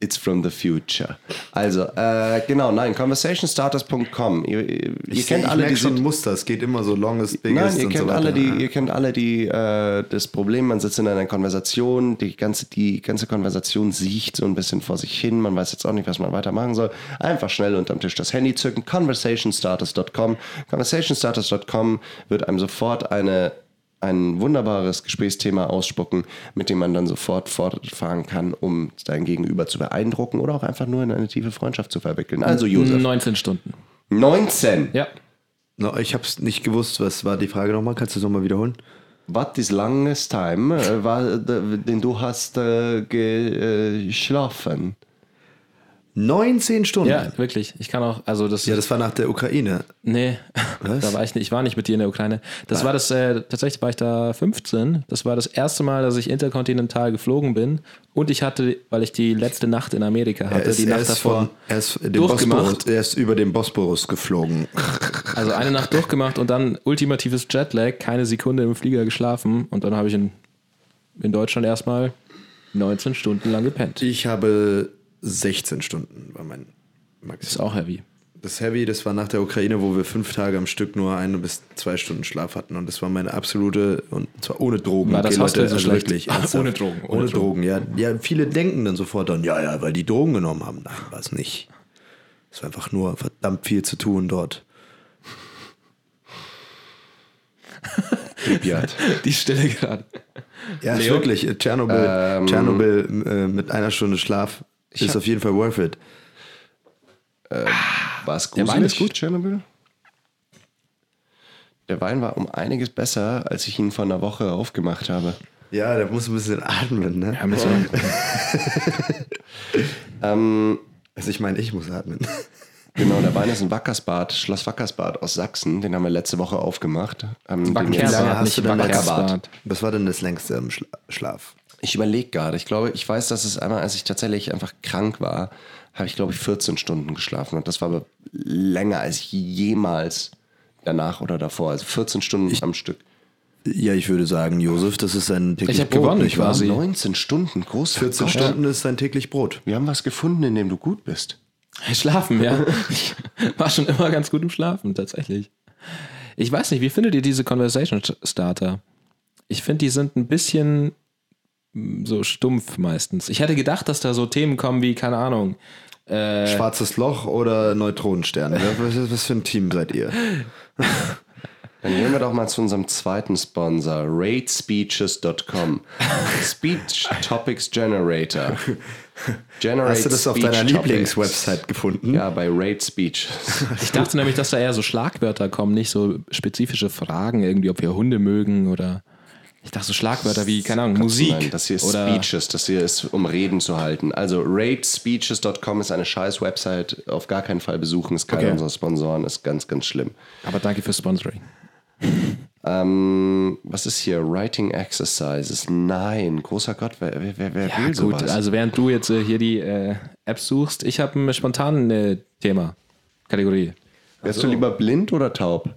It's from the future. Also, äh, genau, nein, conversationstarters.com. Ihr, ihr ich kennt ich alle merk die schon ein Muster. Es geht immer so long as biggest Nein, ihr und so kennt weiter. alle die, ihr kennt alle die äh, das Problem, man sitzt in einer Konversation, die ganze, die ganze Konversation siecht so ein bisschen vor sich hin, man weiß jetzt auch nicht, was man weitermachen soll. Einfach schnell unterm Tisch das Handy zücken, conversationstatus.com. Conversationstatus.com wird einem sofort eine ein wunderbares Gesprächsthema ausspucken, mit dem man dann sofort fortfahren kann, um dein Gegenüber zu beeindrucken oder auch einfach nur in eine tiefe Freundschaft zu verwickeln. Also Josef, 19 Stunden. 19. Ja. No, ich habe es nicht gewusst. Was war die Frage nochmal? Kannst du es nochmal wiederholen? What is longest time, äh, war, d- den du hast äh, geschlafen? 19 Stunden? Ja, wirklich. Ich kann auch, also das, Ja, das war nach der Ukraine. nee, da war ich nicht, ich war nicht mit dir in der Ukraine. Das war das, äh, tatsächlich war ich da 15. Das war das erste Mal, dass ich interkontinental geflogen bin und ich hatte, weil ich die letzte Nacht in Amerika hatte, Er ist, die er Nacht ist, davor. von, er, ist den durchgemacht. Bosporus, er ist über den Bosporus geflogen. Also eine Nacht durchgemacht und dann ultimatives Jetlag, keine Sekunde im Flieger geschlafen und dann habe ich in, in Deutschland erstmal 19 Stunden lang gepennt. Ich habe 16 Stunden war mein Max. Ist auch heavy. Das Heavy, das war nach der Ukraine, wo wir fünf Tage am Stück nur eine bis zwei Stunden Schlaf hatten. Und das war meine absolute, und zwar ohne Drogen. War das Hostel so schlecht? ernsthaft. Ohne Drogen, ohne Ohne, Drogen, ja. Ja, viele denken dann sofort dann, ja, ja, weil die Drogen genommen haben. Nein, war es nicht. Es war einfach nur verdammt viel zu tun dort. Pripyat. Die Stille gerade. Ja, ist Leo? Ähm. wirklich. äh, Tschernobyl, Tschernobyl äh, mit einer Stunde Schlaf ist auf jeden Fall worth it. War es Der gruselig? Wein ist gut. Tschernobyl? Der Wein war um einiges besser, als ich ihn vor einer Woche aufgemacht habe. Ja, da muss ein bisschen atmen, ne? Also ich meine, ich muss atmen. Ähm, Genau, der Wein ist ein Wackersbad, Schloss Wackersbad aus Sachsen. Den haben wir letzte Woche aufgemacht. Haben den Wackersbad. jetzt- Lange hast du denn Wackerbad. Was war denn das längste im Schla- Schlaf? Ich überlege gerade. Ich glaube, ich weiß, dass es einmal, als ich tatsächlich einfach krank war, habe ich, glaube ich, 14 Stunden geschlafen. Und das war aber länger als ich jemals danach oder davor. Also 14 Stunden am Stück. Ja, ich würde sagen, Josef, das ist sein täglich Ich hab gewonnen, nicht wahr? quasi. 19 Stunden, groß. 14 Stunden ist sein täglich Brot. Wir haben was gefunden, in dem du gut bist. Schlafen, ja. Ich war schon immer ganz gut im Schlafen, tatsächlich. Ich weiß nicht, wie findet ihr diese Conversation Starter? Ich finde, die sind ein bisschen mm, so stumpf meistens. Ich hätte gedacht, dass da so Themen kommen wie, keine Ahnung, Äh. Schwarzes Loch oder Neutronenstern? Was, was für ein Team seid ihr? Dann gehen wir doch mal zu unserem zweiten Sponsor, ratespeeches.com. Speech Topics Generator. Generate Hast du das auf Speech deiner Topics. Lieblingswebsite gefunden? Ja, bei Rate Speech. Ich dachte nämlich, dass da eher so Schlagwörter kommen, nicht so spezifische Fragen, irgendwie, ob wir Hunde mögen oder. Ich dachte so Schlagwörter wie, keine Ahnung, Musik. Nein, das hier ist oder Speeches, das hier ist, um Reden zu halten. Also ratespeeches.com ist eine scheiß Website, auf gar keinen Fall besuchen, ist keiner Okay. unserer Sponsoren, ist ganz, ganz schlimm. Aber danke fürs Sponsoring. Ähm, was ist hier? Writing Exercises. Nein, großer Gott, wer, wer, wer, wer Ja, will gut. sowas? Also, während du jetzt äh, hier die äh, App suchst, ich habe ein spontanes äh, Thema, Kategorie. Wärst du lieber blind oder taub?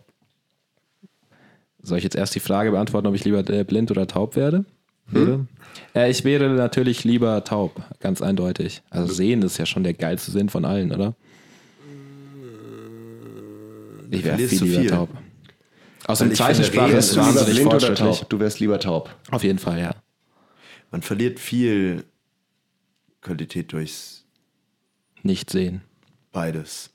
Soll ich jetzt erst die Frage beantworten, ob ich lieber äh, blind oder taub werde? Wäre? Äh, ich wäre natürlich lieber taub, ganz eindeutig. Also sehen ist ja schon der geilste Sinn von allen, oder? Ich wäre verlierst viel zu lieber viel. taub. Außerdem ich finde, Zeichensprache reden ist ist lieber wahnsinnig blind oder fortschrittlich. taub? Du wärst lieber taub. Auf jeden Fall, ja. Man verliert viel Qualität durchs Nicht sehen. beides.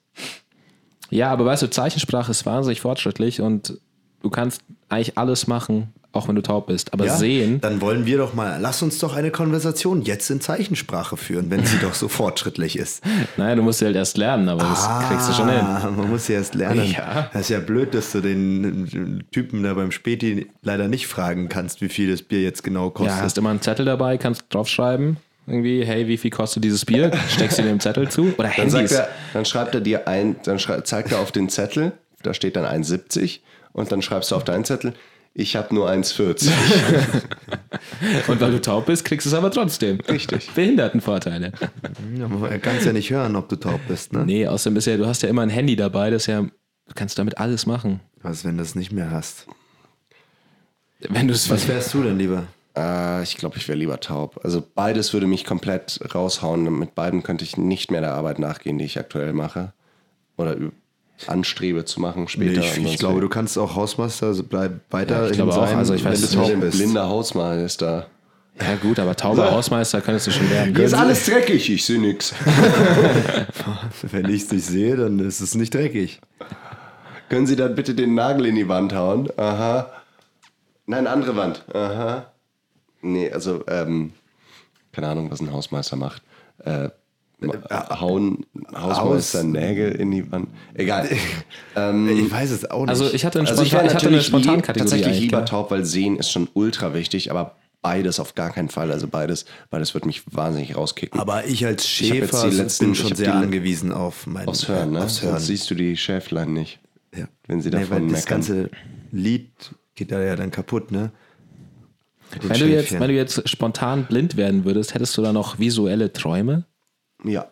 Ja, aber weißt du, Zeichensprache ist wahnsinnig fortschrittlich und du kannst eigentlich alles machen, auch wenn du taub bist. Aber Ja, sehen, Dann wollen wir doch mal, lass uns doch eine Konversation jetzt in Zeichensprache führen, wenn sie doch so fortschrittlich ist. naja, du musst sie halt erst lernen, aber das kriegst du schon hin. Ah, Man muss ja erst lernen. Ja. Das ist ja blöd, dass du den Typen da beim Späti leider nicht fragen kannst, wie viel das Bier jetzt genau Ja, kostet. hast immer einen Zettel dabei, kannst draufschreiben, irgendwie, hey, wie viel kostet dieses Bier? Steckst du dem Zettel zu? Oder Dann, sagt Handys? er, dann schreibt er dir ein, dann schrei- zeigt er auf den Zettel, da steht dann 1,70 und dann schreibst du auf deinen Zettel, ich habe nur 1,40. Und weil du taub bist, kriegst du es aber trotzdem. Richtig. Behindertenvorteile. Ja, aber er kannst ja nicht hören, ob du taub bist, ne? Nee, außerdem ist ja, du hast ja immer ein Handy dabei, das ist ja, du kannst damit alles machen. Was, wenn du es nicht mehr hast? Wenn du es Was wärst du denn lieber? Äh, ich glaube, ich wäre lieber taub. Also beides würde mich komplett raushauen. Mit beiden könnte ich nicht mehr der Arbeit nachgehen, die ich aktuell mache. Oder ü- anstrebe zu machen später. ich, und sonst ich glaube, wie. du kannst auch Hausmeister so bleib Ja, weiter ich glaube auch, sein, also ich weiß wenn es du nicht. taub bist. blinder Hausmeister. Ja gut, aber tauber Hausmeister könntest du schon werden. alles dreckig, ich sehe nix. Wenn ich es nicht sehe, dann ist es nicht dreckig. Können Sie dann bitte den Nagel in die Wand hauen? Aha. Nein, andere Wand. Aha. Nee, also, ähm, keine Ahnung, was ein Hausmeister macht. Äh, ma- äh, hauen Hausmeister Haus- Nägel in die Wand. Egal. Ich weiß es auch nicht. Also ich hatte, einen Also ich spontan, wäre ich hatte eine natürlich lie- Spontankategorie. tatsächlich eigentlich, ne? lieber gell? taub, weil sehen ist schon ultra wichtig, aber Beides auf gar keinen Fall. Also beides, beides wird mich wahnsinnig rauskicken. Aber ich als hab jetzt Schäfer die letzten- bin ich schon hab sehr die le- angewiesen auf mein aufs Hören, ne? Aufs Hören. Sonst siehst du die Schäflein nicht. Ja. wenn sie weil davon Das meckern. ganze Lied geht da ja dann kaputt, ne? Mit den Wenn du, jetzt, Schäfchen. wenn du jetzt spontan blind werden würdest, hättest du da noch visuelle Träume? Ja.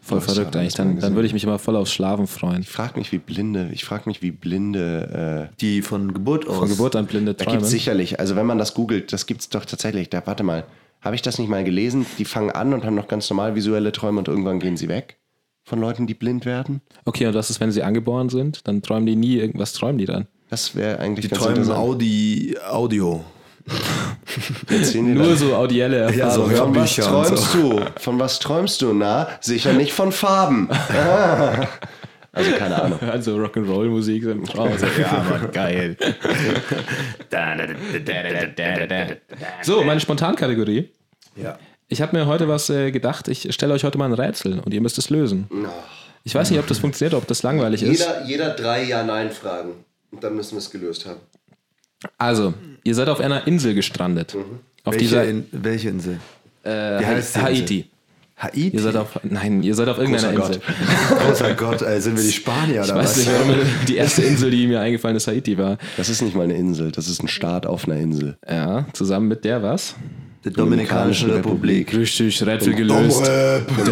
Voll Das haben verrückt wir eigentlich. jetzt mal Dann, dann gesehen. würde ich mich immer voll aufs Schlafen freuen. Ich frage mich, wie blinde, ich frage mich, wie blinde. Äh, die von Geburt aus. Von Geburt an blinde da gibt Träume. es sicherlich, also wenn man das googelt, das gibt es doch tatsächlich. Da, warte mal, habe ich das nicht mal gelesen? Die fangen an und haben noch ganz normal visuelle Träume und irgendwann gehen sie weg von Leuten, die blind werden. Okay, und was ist, wenn sie angeboren sind? Dann träumen die nie irgendwas, träumen die dann? Das wäre eigentlich Die träumen interessant. Audi, Audio. Erzählen die Nur dann- so audielle Ja, so Erfahrungen. Von was Hörbücher und so. träumst du? Von was träumst du? Na, sicher nicht von Farben. also keine Ahnung. Also Rock'n'Roll-Musik im Traum. Ja, aber geil. So, meine Spontankategorie. Ja. Ich habe mir heute was äh, gedacht. Ich stelle euch heute mal ein Rätsel und ihr müsst es lösen. Ich weiß nicht, ob das funktioniert, ob das langweilig ist. Jeder, jeder drei Ja-Nein-Fragen. Und dann müssen wir es gelöst haben. Also, ihr seid auf einer Insel gestrandet. Auf Welche, dieser in, welche Insel? äh, Wie heißt die Insel? Haiti. Haiti. Ihr seid auf, nein, ihr seid auf irgendeiner Großer Insel. Großer Gott, ey, sind wir die Spanier Ich oder weiß was? nicht, warum die erste Insel, die mir eingefallen ist, Haiti war. Das ist nicht mal eine Insel, das ist ein Staat auf einer Insel. Ja, zusammen mit der was? Die Dominikanischen Republik. Richtig, Rätsel Und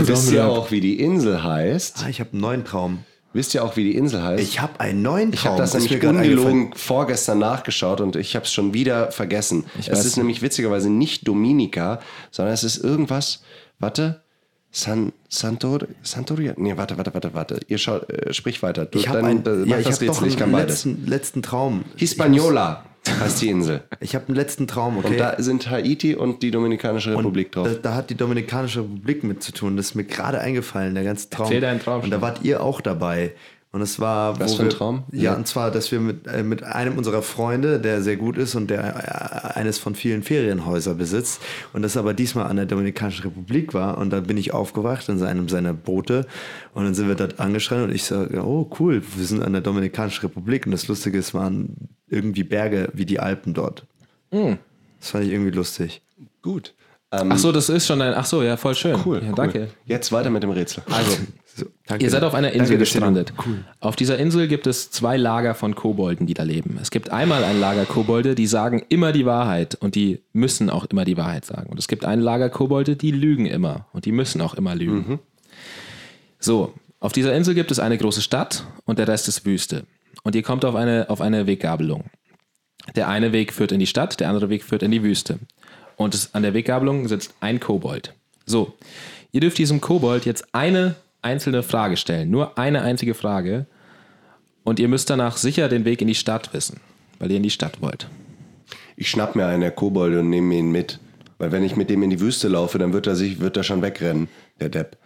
wisst ihr Rap. auch, wie die Insel heißt? Ah, ich habe einen neuen Traum. Wisst ihr auch, wie die Insel heißt? Ich habe einen neuen Traum. Ich habe das ist mir nämlich gerade ungelogen vorgestern nachgeschaut und ich habe es schon wieder vergessen. es weiß- ist nämlich witzigerweise nicht Dominika, sondern es ist irgendwas. Warte. San, Santor, Santoria. Nee, warte, warte, warte, warte. Ihr schaut, äh, sprich weiter. Du, Ich habe dann, einen, äh, mach ja, ich das hab doch Rätsel, ich kann einen beides. letzten, letzten Traum. Hispaniola heißt die Insel. Ich habe einen letzten Traum, okay? äh, Und da sind Haiti und die Dominikanische Republik Da, drauf. da hat die Dominikanische Republik mit zu tun. Das ist mir gerade eingefallen, der ganze Traum. Erzähl deinen Traum Und da schon. wart ihr auch dabei. Und es war. Was wo für ein wir- Traum? Ja, und zwar, dass wir mit, äh, mit einem unserer Freunde, der sehr gut ist und der äh, eines von vielen Ferienhäuser besitzt, und das aber diesmal an der Dominikanischen Republik war. Und da bin ich aufgewacht in einem seiner Boote. Und dann sind wir dort angeschrien und ich sage, oh cool, wir sind an der Dominikanischen Republik. Und das Lustige ist, waren irgendwie Berge wie die Alpen dort. Das fand ich irgendwie lustig. Gut. Ähm, Ach so, das ist schon dein. Ach so, ja, voll schön. cool, ja, cool. danke. Jetzt weiter mit dem Rätsel. Also, ihr seid auf einer Insel gestrandet. Auf dieser Insel gibt es zwei Lager von Kobolden, die da leben. Es gibt einmal ein Lager Kobolde, die sagen immer die Wahrheit und die müssen auch immer die Wahrheit sagen. Und es gibt ein Lager Kobolde, die lügen immer und die müssen auch immer lügen. So, auf dieser Insel gibt es eine große Stadt und der Rest ist Wüste. Und ihr kommt auf eine, auf eine Weggabelung. Der eine Weg führt in die Stadt, der andere Weg führt in die Wüste. Und es, an der Weggabelung sitzt ein Kobold. So, ihr dürft diesem Kobold jetzt eine einzelne Frage stellen. Nur eine einzige Frage. Und ihr müsst danach sicher den Weg in die Stadt wissen, weil ihr in die Stadt wollt. ich schnapp mir einen der Kobolde und nehme ihn mit. Weil wenn ich mit dem in die Wüste laufe, dann wird er sich, wird er schon wegrennen, der Depp.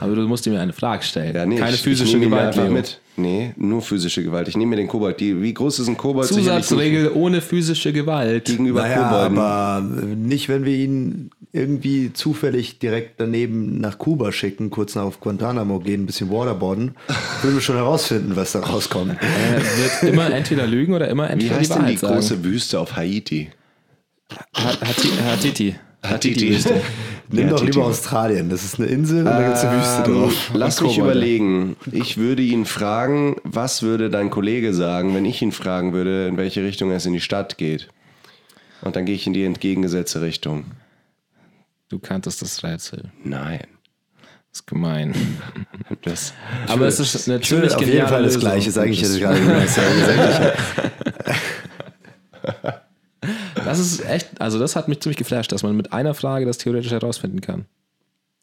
Aber du musst ihm eine Frage stellen. Ja, nee, Keine ich, ich physische nehme ihn mir Gewalt. einfach Leo. mit. Nee, nur physische Gewalt. Ich nehme mir den Kobold. Die, wie groß ist ein Kobold? Sicherlich nicht Zusatzregel ohne physische Gewalt. gegenüber Naja, Kobolden. aber nicht, wenn wir ihn irgendwie zufällig direkt daneben nach Kuba schicken, kurz nach auf Guantanamo gehen, ein bisschen waterboarden, würden wir schon herausfinden, was da rauskommt. Er Äh, wird immer entweder lügen oder immer wie entweder heißt die denn Wahrheit die sagen. große Wüste auf Haiti? Ha- Hati- Hatiti. Hatiti-Wüste. Nimm Ja, doch Titi. lieber Australien. Das ist eine Insel Ähm, und da gibt es eine Wüste drauf. Lass Und mich Kobolde. überlegen. Ich würde ihn fragen, was würde dein Kollege sagen, wenn ich ihn fragen würde, in welche Richtung es in die Stadt geht? Und dann gehe ich in die entgegengesetzte Richtung. Du kanntest das Rätsel. Nein. Das ist gemein. Das, Aber es ist eine Ich würde ziemlich auf jeden geniale Fall das Lösung. Gleiche sagen. Ich hätte gerade gesagt, ja, Das ist echt, also das hat mich ziemlich geflasht, dass man mit einer Frage das theoretisch herausfinden kann.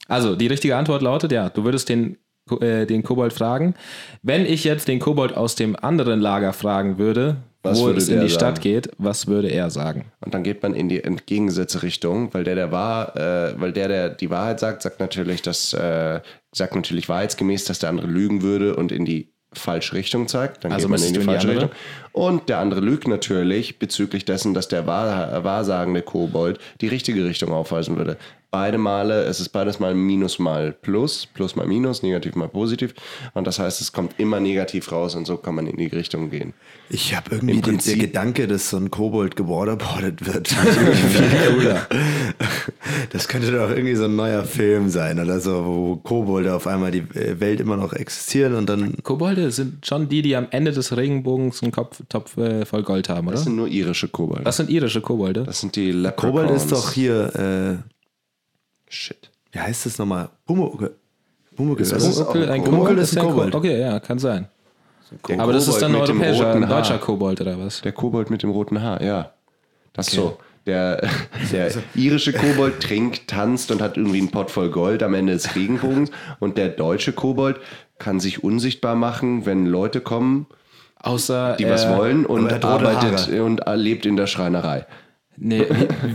Also die richtige Antwort lautet ja, du würdest den, Ko- äh, den Kobold fragen. Wenn ich jetzt den Kobold aus dem anderen Lager fragen würde, Was wo würde es in der die Stadt sagen? geht, was würde er sagen? Und dann geht man in die entgegengesetzte Richtung, weil der, der war, äh, weil der, der die Wahrheit sagt, sagt natürlich, dass, äh, sagt natürlich wahrheitsgemäß, dass der andere lügen würde und in die falsche Richtung zeigt. Dann Also geht man in die müsstest du in die falsche andere? Richtung. Und der andere lügt natürlich bezüglich dessen, dass der wahr, wahrsagende Kobold die richtige Richtung aufweisen würde. beide Male, es ist beides mal Minus mal Plus, Plus mal Minus, negativ mal positiv. Und das heißt, es kommt immer negativ raus und so kann man in die Richtung gehen. Ich habe irgendwie den, der Prinzip- Gedanke, dass so ein Kobold gewaterboardet wird. Viel cooler. Das könnte doch irgendwie so ein neuer Film sein oder so, wo Kobolde auf einmal die äh, Welt immer noch existieren und dann Kobolde sind schon die, die am Ende des Regenbogens einen Kopftopf äh, voll Gold haben, oder? Das sind nur irische Kobolde. Das sind irische Kobolde. Das sind die Leprechauns. Kobold ist doch hier, Shit. äh, wie heißt das nochmal? Bumuke. Bumuke ist das das. ist auch ein ein Kobold. Kobold ist Ist ein ein Kobold. Kobold. Okay, ja, kann sein. Der Aber das ist dann ein Kobold mit dem europäischer, roten ein deutscher Haar. Kobold oder was? Der Kobold mit dem roten Haar, ja. Das so. Der, der irische Kobold trinkt, tanzt und hat irgendwie einen Pott voll Gold am Ende des Regenbogens. Und der deutsche Kobold kann sich unsichtbar machen, wenn Leute kommen, Außer die was äh, wollen und er hat rote arbeitet und lebt in der Schreinerei. Nee,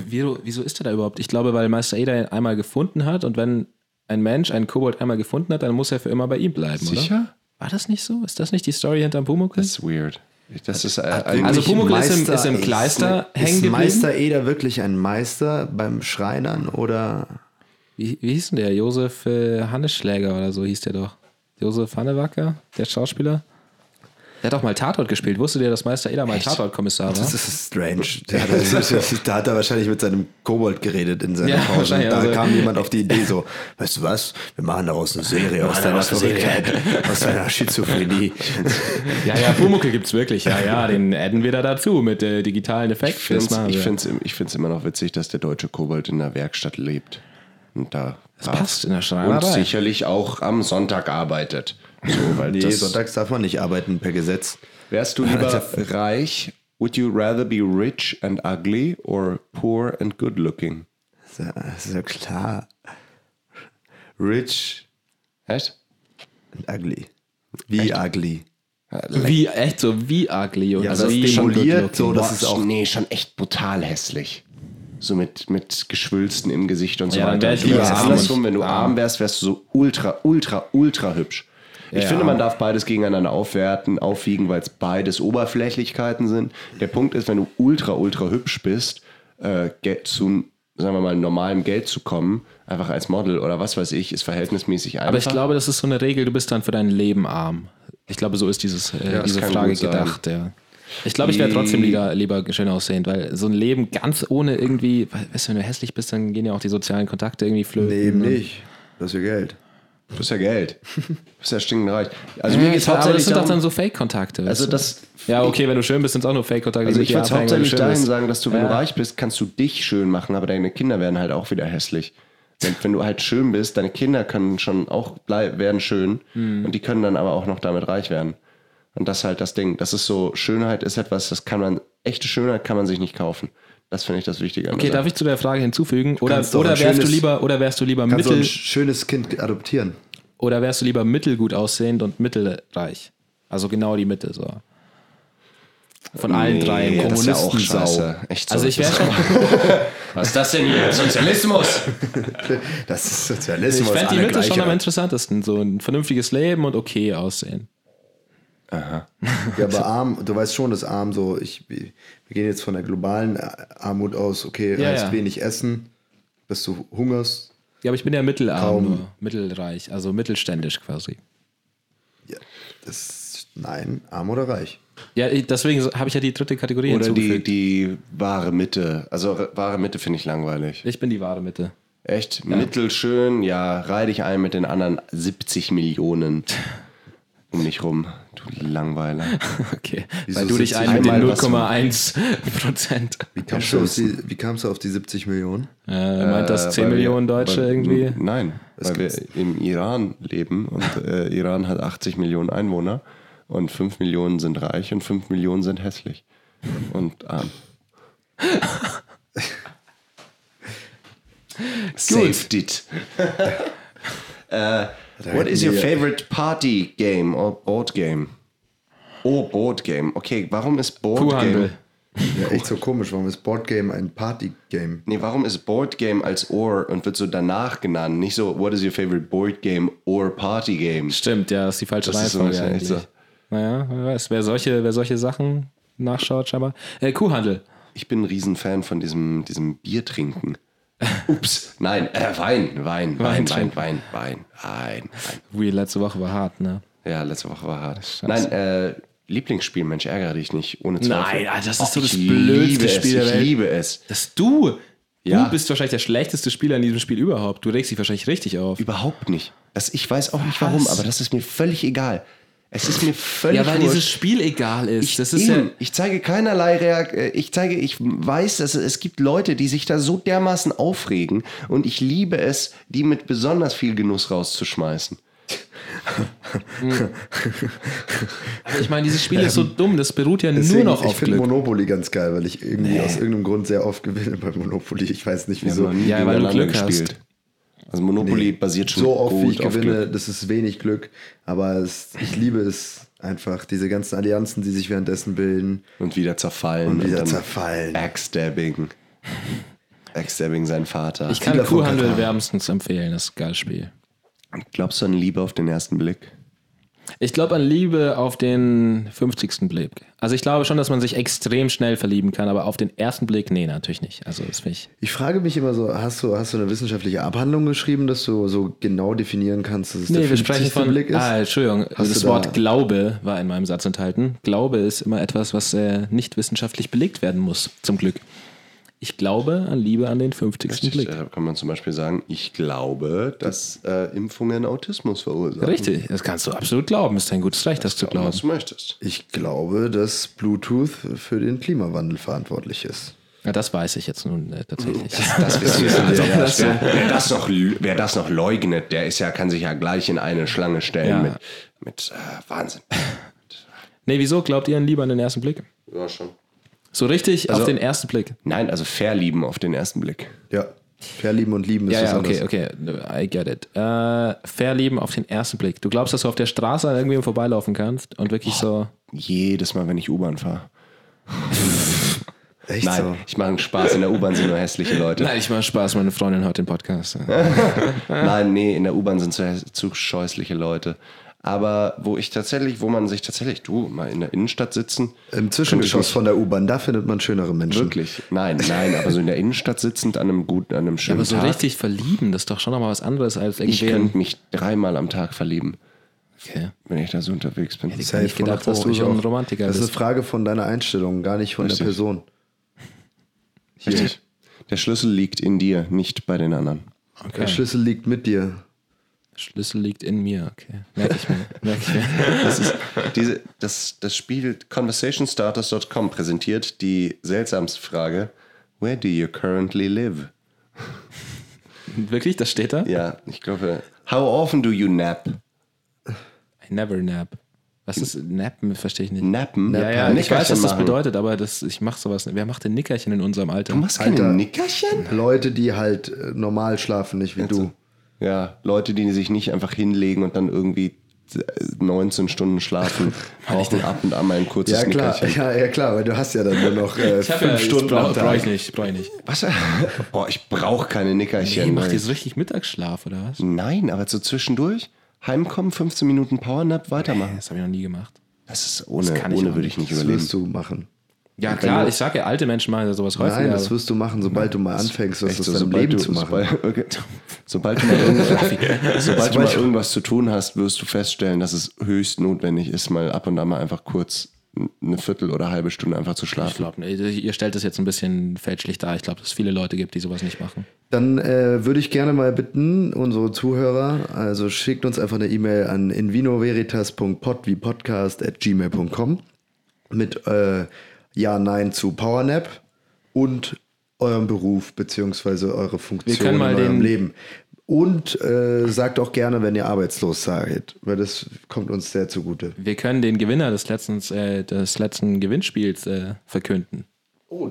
wie, wie, wieso ist er da überhaupt? Ich glaube, weil Meister Eder ihn einmal gefunden hat und wenn ein Mensch einen Kobold einmal gefunden hat, dann muss er für immer bei ihm bleiben, oder? Sicher? War das nicht so? Ist das nicht die Story hinterm Pumuckl? Das ist weird. Das ist äh, ein, Also Wirklich Pumuckl ist im- Meister- ist im Kleister ist, hängen Ist geblieben? Meister Eder wirklich ein Meister beim Schreinern oder? Wie, wie hieß denn der? Josef äh, Hanneschläger oder so hieß der doch. Josef Hannewacker, der Schauspieler. Der hat doch mal Tatort gespielt. Wusstet ihr, dass Meister Eder mal Tatort-Kommissar war? Das ist strange. Der hat, da hat er wahrscheinlich mit seinem Kobold geredet in seiner Ja, Pause. wahrscheinlich, Und da also- kam jemand auf die Idee so, weißt du was, wir machen daraus eine Serie aus deiner Verrücktheit, aus deiner Schizophrenie. Ja, ja, Pumuckl gibt's wirklich. Ja, ja, den adden wir da dazu mit äh, digitalen Effekten. Ich find's- Das machen ich wir. finde es ich find's immer noch witzig, dass der deutsche Kobold in der Werkstatt lebt. Und da das passt in der Schreinerei. Und sicherlich auch am Sonntag arbeitet. So, weil Nee, das, sonntags darf man nicht arbeiten per Gesetz. wärst du lieber reich? Would you rather be rich and ugly or poor and good looking? Das ist ja- das ist ja klar. Rich Echt? and ugly. Wie ugly. Wie, echt so, wie ugly. Und Ja, also das wie stimuliert so, So, das das ist auch. Nee, schon echt brutal hässlich. So mit, mit Geschwülsten im Gesicht und so Ja, dann weiter. wär ich lieber Das ist arm andersrum, und- wenn du arm wärst, wärst du so ultra, ultra, ultra hübsch. Ich Ja. finde, man darf beides gegeneinander aufwerten, aufwiegen, weil es beides Oberflächlichkeiten sind. Der Punkt ist, wenn du ultra, ultra hübsch bist, äh, Geld zu, sagen wir mal, normalem Geld zu kommen, einfach als Model oder was weiß ich, ist verhältnismäßig einfach. Aber ich glaube, das ist so eine Regel, du bist dann für dein Leben arm. Ich glaube, so ist dieses, äh, das diese kann Frage gut sein. gedacht, ja. Ich glaube, ich wäre trotzdem lieber, lieber schön aussehend, weil so ein Leben ganz ohne irgendwie, we- weißt du, wenn du hässlich bist, dann gehen ja auch die sozialen Kontakte irgendwie flöten. Nee, eben nicht. Das ist ja Geld. du bist ja Geld. Du bist ja stinkend reich. Also mir Ja, geht's ich- aber das hauptsächlich sind doch darum- dann so Fake-Kontakte. weißt Also du? das- ja, okay, wenn du schön bist, sind es auch nur Fake-Kontakte. Also die ich mit würde dir abhängen, wenn du hauptsächlich schön dahin bist. sagen, dass du, wenn Ja. du reich bist, kannst du dich schön machen, aber deine Kinder werden halt auch wieder hässlich. Wenn, wenn du halt schön bist, deine Kinder können schon auch blei- werden schön Mhm. und die können dann aber auch noch damit reich werden. Und das ist halt das Ding. Das ist so, Schönheit ist etwas, das kann man, echte Schönheit kann man sich nicht kaufen. Das finde ich das Wichtige. an der Okay, Sache. darf ich zu der Frage hinzufügen? Oder, kannst doch oder, ein wärst du schönes- lieber, oder wärst du lieber Kannst du ein mittel, schönes Kind adoptieren? oder wärst du lieber mittelgut aussehend und mittelreich? Also genau die Mitte so. Von allen drei im das ist ja auch Kommunistensau. scheiße. Echt so. Also ich wäre schon, Was ist das denn hier? Sozialismus! Das ist ich Sozialismus. fände die alle Mitte schon gleich, am aber- interessantesten. So ein vernünftiges Leben und okay aussehen. Ja, aber arm, du weißt schon, dass arm so, ich, wir gehen jetzt von der globalen Armut aus, okay, Ja, heißt ja. wenig essen, dass du hungerst. Ja, aber ich bin ja mittelarm, Kaum. nur mittelreich, also mittelständisch quasi. Ja, das, nein, arm oder reich. Ja, ich- deswegen so- habe ich ja die dritte Kategorie Oder die, hinzugefügt. die wahre Mitte. Also re- wahre Mitte finde ich langweilig. ich bin die wahre Mitte. Echt? Mittelschön, ja, reih dich ein mit den anderen 70 Millionen um dich rum, du Langweiler. Okay. Wieso Weil du dich sitze ich ein mit den einmal was- 0,1 Prozent. Wie kamst, du auf die, wie kamst du auf die 70 Millionen? Äh, meint das 10 Weil wir- Millionen Deutsche weil- irgendwie? Nein, weil wir im Iran leben und äh, Iran hat 80 Millionen Einwohner und 5 Millionen sind reich und 5 Millionen sind hässlich und ähm, arm. Saved it. äh, what is your favorite party game or board game? Oh, Board Game. Okay, warum ist Board Game? Kuhhandel. Ja, echt so komisch, warum ist Boardgame ein Partygame? Nee, warum ist Board Game als Or und wird so danach genannt? Nicht so, what is your favorite Board Game or Party Game? Stimmt, ja, ist die falsche Das ist so Reihenfolge ein bisschen eigentlich. echt Naja, wer weiß, wer solche, wer solche Sachen nachschaut, scheinbar. Äh, Kuhhandel. Ich bin ein Riesenfan von diesem, diesem Bier trinken. Ups, nein, äh, Wein, Wein, Wein, Wein, Wein, Wein, Wein, Wein. Ui, letzte Woche war hart, ne? Ja, letzte Woche war hart. Nein, äh, Lieblingsspiel, Mensch, ärgere dich nicht, ohne Zweifel. Alter, das ist Och, so das ich blödste liebe es, Spiel der Welt. Ich liebe es. Dass du, Ja. du bist wahrscheinlich der schlechteste Spieler in diesem Spiel überhaupt. Du regst dich wahrscheinlich richtig auf. Überhaupt nicht. Das, ich weiß auch nicht warum, aber das ist mir völlig egal. Es ist mir völlig Ja, weil wurscht. dieses Spiel egal ist. das ist Eben. ja. ich zeige keinerlei Reak äh, ich zeige ich weiß, dass es, es gibt Leute, die sich da so dermaßen aufregen und ich liebe es, die mit besonders viel Genuss rauszuschmeißen. Aber ich meine, dieses Spiel ist so dumm. Das beruht ja Deswegen, nur noch ich auf finde Glück. Monopoly ganz geil, weil ich irgendwie aus irgendeinem Grund sehr oft gewinne bei Monopoly. Ich weiß nicht wieso. noch nie Ja, weil du gegeneinander Glück hast. Also Monopoly basiert schon so oft, wie gut ich auf Glück. gewinne, das ist wenig Glück, aber es, ich liebe es einfach, diese ganzen Allianzen, die sich währenddessen bilden. und wieder zerfallen Und wieder dann zerfallen. Backstabbing. Backstabbing sein Vater. ich kann Viel Erfolg Kuhhandel hat er. wärmstens empfehlen. Das ist ein geiles Spiel. Glaubst du an Liebe auf den ersten Blick? Ich glaube an Liebe auf den 50. Blick. Also ich glaube schon, dass man sich extrem schnell verlieben kann, aber auf den ersten Blick, nee, natürlich nicht. Also das finde ich. Ich frage mich immer so, hast du, hast du eine wissenschaftliche Abhandlung geschrieben, dass du so genau definieren kannst, dass es der 50. Blick ist? Ah, Entschuldigung. Hast das du da- Wort Glaube war in meinem Satz enthalten. Glaube ist immer etwas, was äh, nicht wissenschaftlich belegt werden muss, zum Glück. Ich glaube an Liebe an den 50. Blick. Deshalb äh, kann man zum Beispiel sagen, ich glaube, dass äh, Impfungen Autismus verursachen. Richtig, das kannst du absolut glauben. Ist dein gutes Recht, das zu Glaub, Genau. glauben. was du möchtest. Ich glaube, dass Bluetooth für den Klimawandel verantwortlich ist. Ja, das weiß ich jetzt nun äh, tatsächlich. Das wissen wir alle. wer, wer, das noch, lü- wer das noch leugnet, der ist ja, kann sich ja gleich in eine Schlange stellen Ja. mit, mit äh, Wahnsinn. nee, wieso glaubt ihr an Liebe an den ersten Blick? Ja, schon. So richtig Also- auf den ersten Blick. Nein, also verlieben auf den ersten Blick. Ja. Verlieben und lieben ist Ja, was ja, okay, anderes. okay. I get it. Äh, Verlieben auf den ersten Blick. Du glaubst, dass du auf der Straße an irgendwem vorbeilaufen kannst und wirklich so. Jedes Mal, wenn ich U-Bahn fahre. Echt Nein, so. ich mache einen Spaß. In der U-Bahn sind nur hässliche Leute. Nein, ich mache Spaß, meine Freundin hört den Podcast. Nein, nee, in der U-Bahn sind zu, zu scheußliche Leute. Aber wo ich tatsächlich, wo man sich tatsächlich, du, mal in der Innenstadt sitzen. Im Zwischengeschoss könnte von der U-Bahn, da findet man schönere ich Menschen. mich- Wirklich. Nein, nein, aber so in der Innenstadt sitzend an einem guten, an einem schönen Aber so Tag. richtig verlieben, das ist doch schon nochmal was anderes als ich irgendwie. könnte mich dreimal am Tag verlieben, Okay. wenn ich da so unterwegs bin. Safe, nicht gedacht, dass 100 du ich so ein auch. Romantiker Das ist eine bist. Frage von deiner Einstellung, gar nicht von Richtig. der Person. Richtig. Der Schlüssel liegt in dir, nicht bei den anderen. Der okay. Schlüssel liegt mit dir. Schlüssel liegt in mir, okay. Merke ich mir. Merk ich mir. Das, ist diese, das, das Spiel conversationstarters.com präsentiert die seltsamste Frage: Where do you currently live? Wirklich, das steht da? Ja, ich glaube. How often do you nap? I never nap. Was ist Nappen? Verstehe ich nicht. Nappen? Ja, ja, ich weiß, was das machen. bedeutet, aber das, ich mache sowas. nicht. Wer macht denn Nickerchen in unserem Alter? Du machst keine Alter. Nickerchen? Leute, die halt äh, normal schlafen, nicht wie du. Ja, Leute, die sich nicht einfach hinlegen und dann irgendwie 19 Stunden schlafen, brauchen ab und an mal ein kurzes Ja klar, Nickerchen. ja, ja klar, weil du hast ja dann nur noch äh, Ich hab fünf ja, Stunden brauche am brauch Tag. ich nicht, brauche ich nicht. Was? Boah, ich brauche keine Nee, Nickerchen. macht ihr so richtig Mittagsschlaf oder was? Nein, aber so zwischendurch, heimkommen, 15 Minuten Powernap, weitermachen. Das habe ich noch nie gemacht. Das ist ohne, kann ich ohne auch würde ich nicht Das überleben. wirst du machen. Ja, klar, ich sage ja, alte Menschen machen ja sowas häufiger. Nein, das aber- wirst du machen, sobald du mal anfängst, was Echt aus so, deinem sobald Leben du- zu machen. Sobald, okay. sobald, du mal irgendwas, sobald du mal irgendwas zu tun hast, wirst du feststellen, dass es höchst notwendig ist, mal ab und an mal einfach kurz eine Viertel oder halbe Stunde einfach zu ich schlafen. glaube, ihr stellt das jetzt ein bisschen fälschlich dar. Ich glaube, dass es viele Leute gibt, die sowas nicht machen. Dann äh, würde ich gerne mal bitten, unsere Zuhörer, also schickt uns einfach eine E-Mail an invinoveritas.podwiepodcast.gmail.com mit äh, Ja, Nein zu Powernap und eurem Beruf beziehungsweise eure Wir Funktion können mal in eurem den- Leben. Und äh, sagt auch gerne, wenn ihr arbeitslos seid, weil das kommt uns sehr zugute. Wir können den Gewinner des letzten, äh, des letzten Gewinnspiels äh, verkünden. Oh,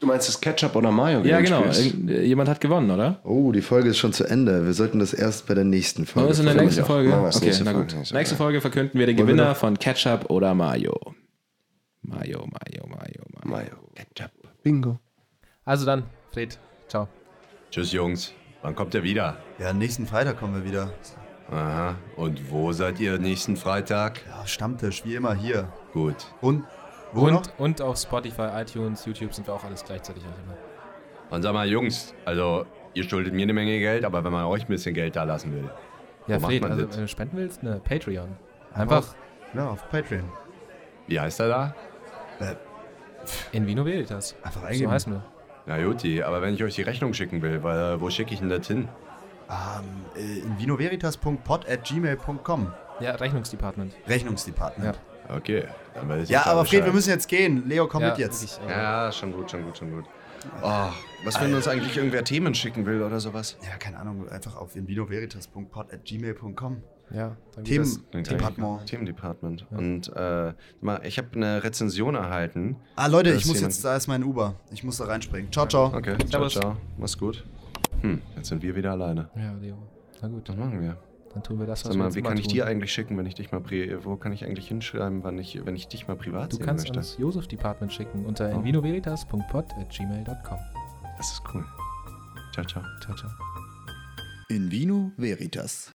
du meinst das Ketchup oder Mayo? Ja, genau. Gewinnspiels? Irgend- äh, Jemand hat gewonnen, oder? Oh, die Folge ist schon zu Ende. Wir sollten das erst bei der nächsten Wollen wir Folge. es Oh, in der nächsten Machen wir Folge? es Okay, nächste na Folge, gut. nächste Nächste Folge verkünden wir den Gewinner von Ketchup oder Mayo. Mayo, Mayo, Mayo, Mayo. Mayo, Ketchup. Bingo. Also dann, Fred, ciao. Tschüss Jungs, wann kommt ihr wieder? Ja, nächsten Freitag kommen wir wieder. Aha, und wo seid ihr nächsten Freitag? Ja, Stammtisch, wie immer hier. Gut. Und wo noch? Und, und auf Spotify, iTunes, YouTube sind wir auch alles gleichzeitig. auch immer. Und sag mal, Jungs, also ihr schuldet mir eine Menge Geld, aber wenn man euch ein bisschen Geld da lassen will. Ja, Wo macht Fred, man also das? wenn du spenden willst, ne, Patreon. Einfach Ja, auf Patreon. Wie heißt er da? in Vino Veritas. Einfach So eingeben. heißen wir. Na Juti, aber wenn ich euch die Rechnung schicken will, weil, äh, wo schicke ich denn das hin? Ähm, äh, in vinoveritas.pod.gmail.com. Ja, Rechnungsdepartment. Rechnungsdepartment. Ja. Okay, dann weiß ich Ja, jetzt aber Fred, Bescheid. wir müssen jetzt gehen. Leo, komm ja, mit jetzt. wirklich, äh, Ja, schon gut, schon gut, schon gut. Oh, was, wenn uns eigentlich irgendwer Themen schicken will oder sowas? Ja, keine Ahnung, einfach auf invinoveritas.pod.gmail.com. ja, äh, dann geht das. Themendepartement. Themendepartment. Und äh, mal, ich habe eine Rezension erhalten. Ah, Leute, Das ich muss jemand- jetzt, da ist mein Uber. Ich muss da reinspringen. Ciao, ciao. Okay, ciao, Servus. ciao. Mach's gut. Hm, jetzt sind wir wieder alleine. Ja, Leo. Na gut, Was machen wir? dann tun wir das, was Sag mal, wir wie immer kann ich tun. dir eigentlich schicken, wenn ich dich mal pri wo kann ich eigentlich hinschreiben, wann ich, wenn ich dich mal privat Du sehen kannst möchte? ans Josef-Department schicken unter oh. invinoveritas.pod.gmail.com. Das ist cool. Ciao, ciao. Ciao, ciao. In Vino Veritas.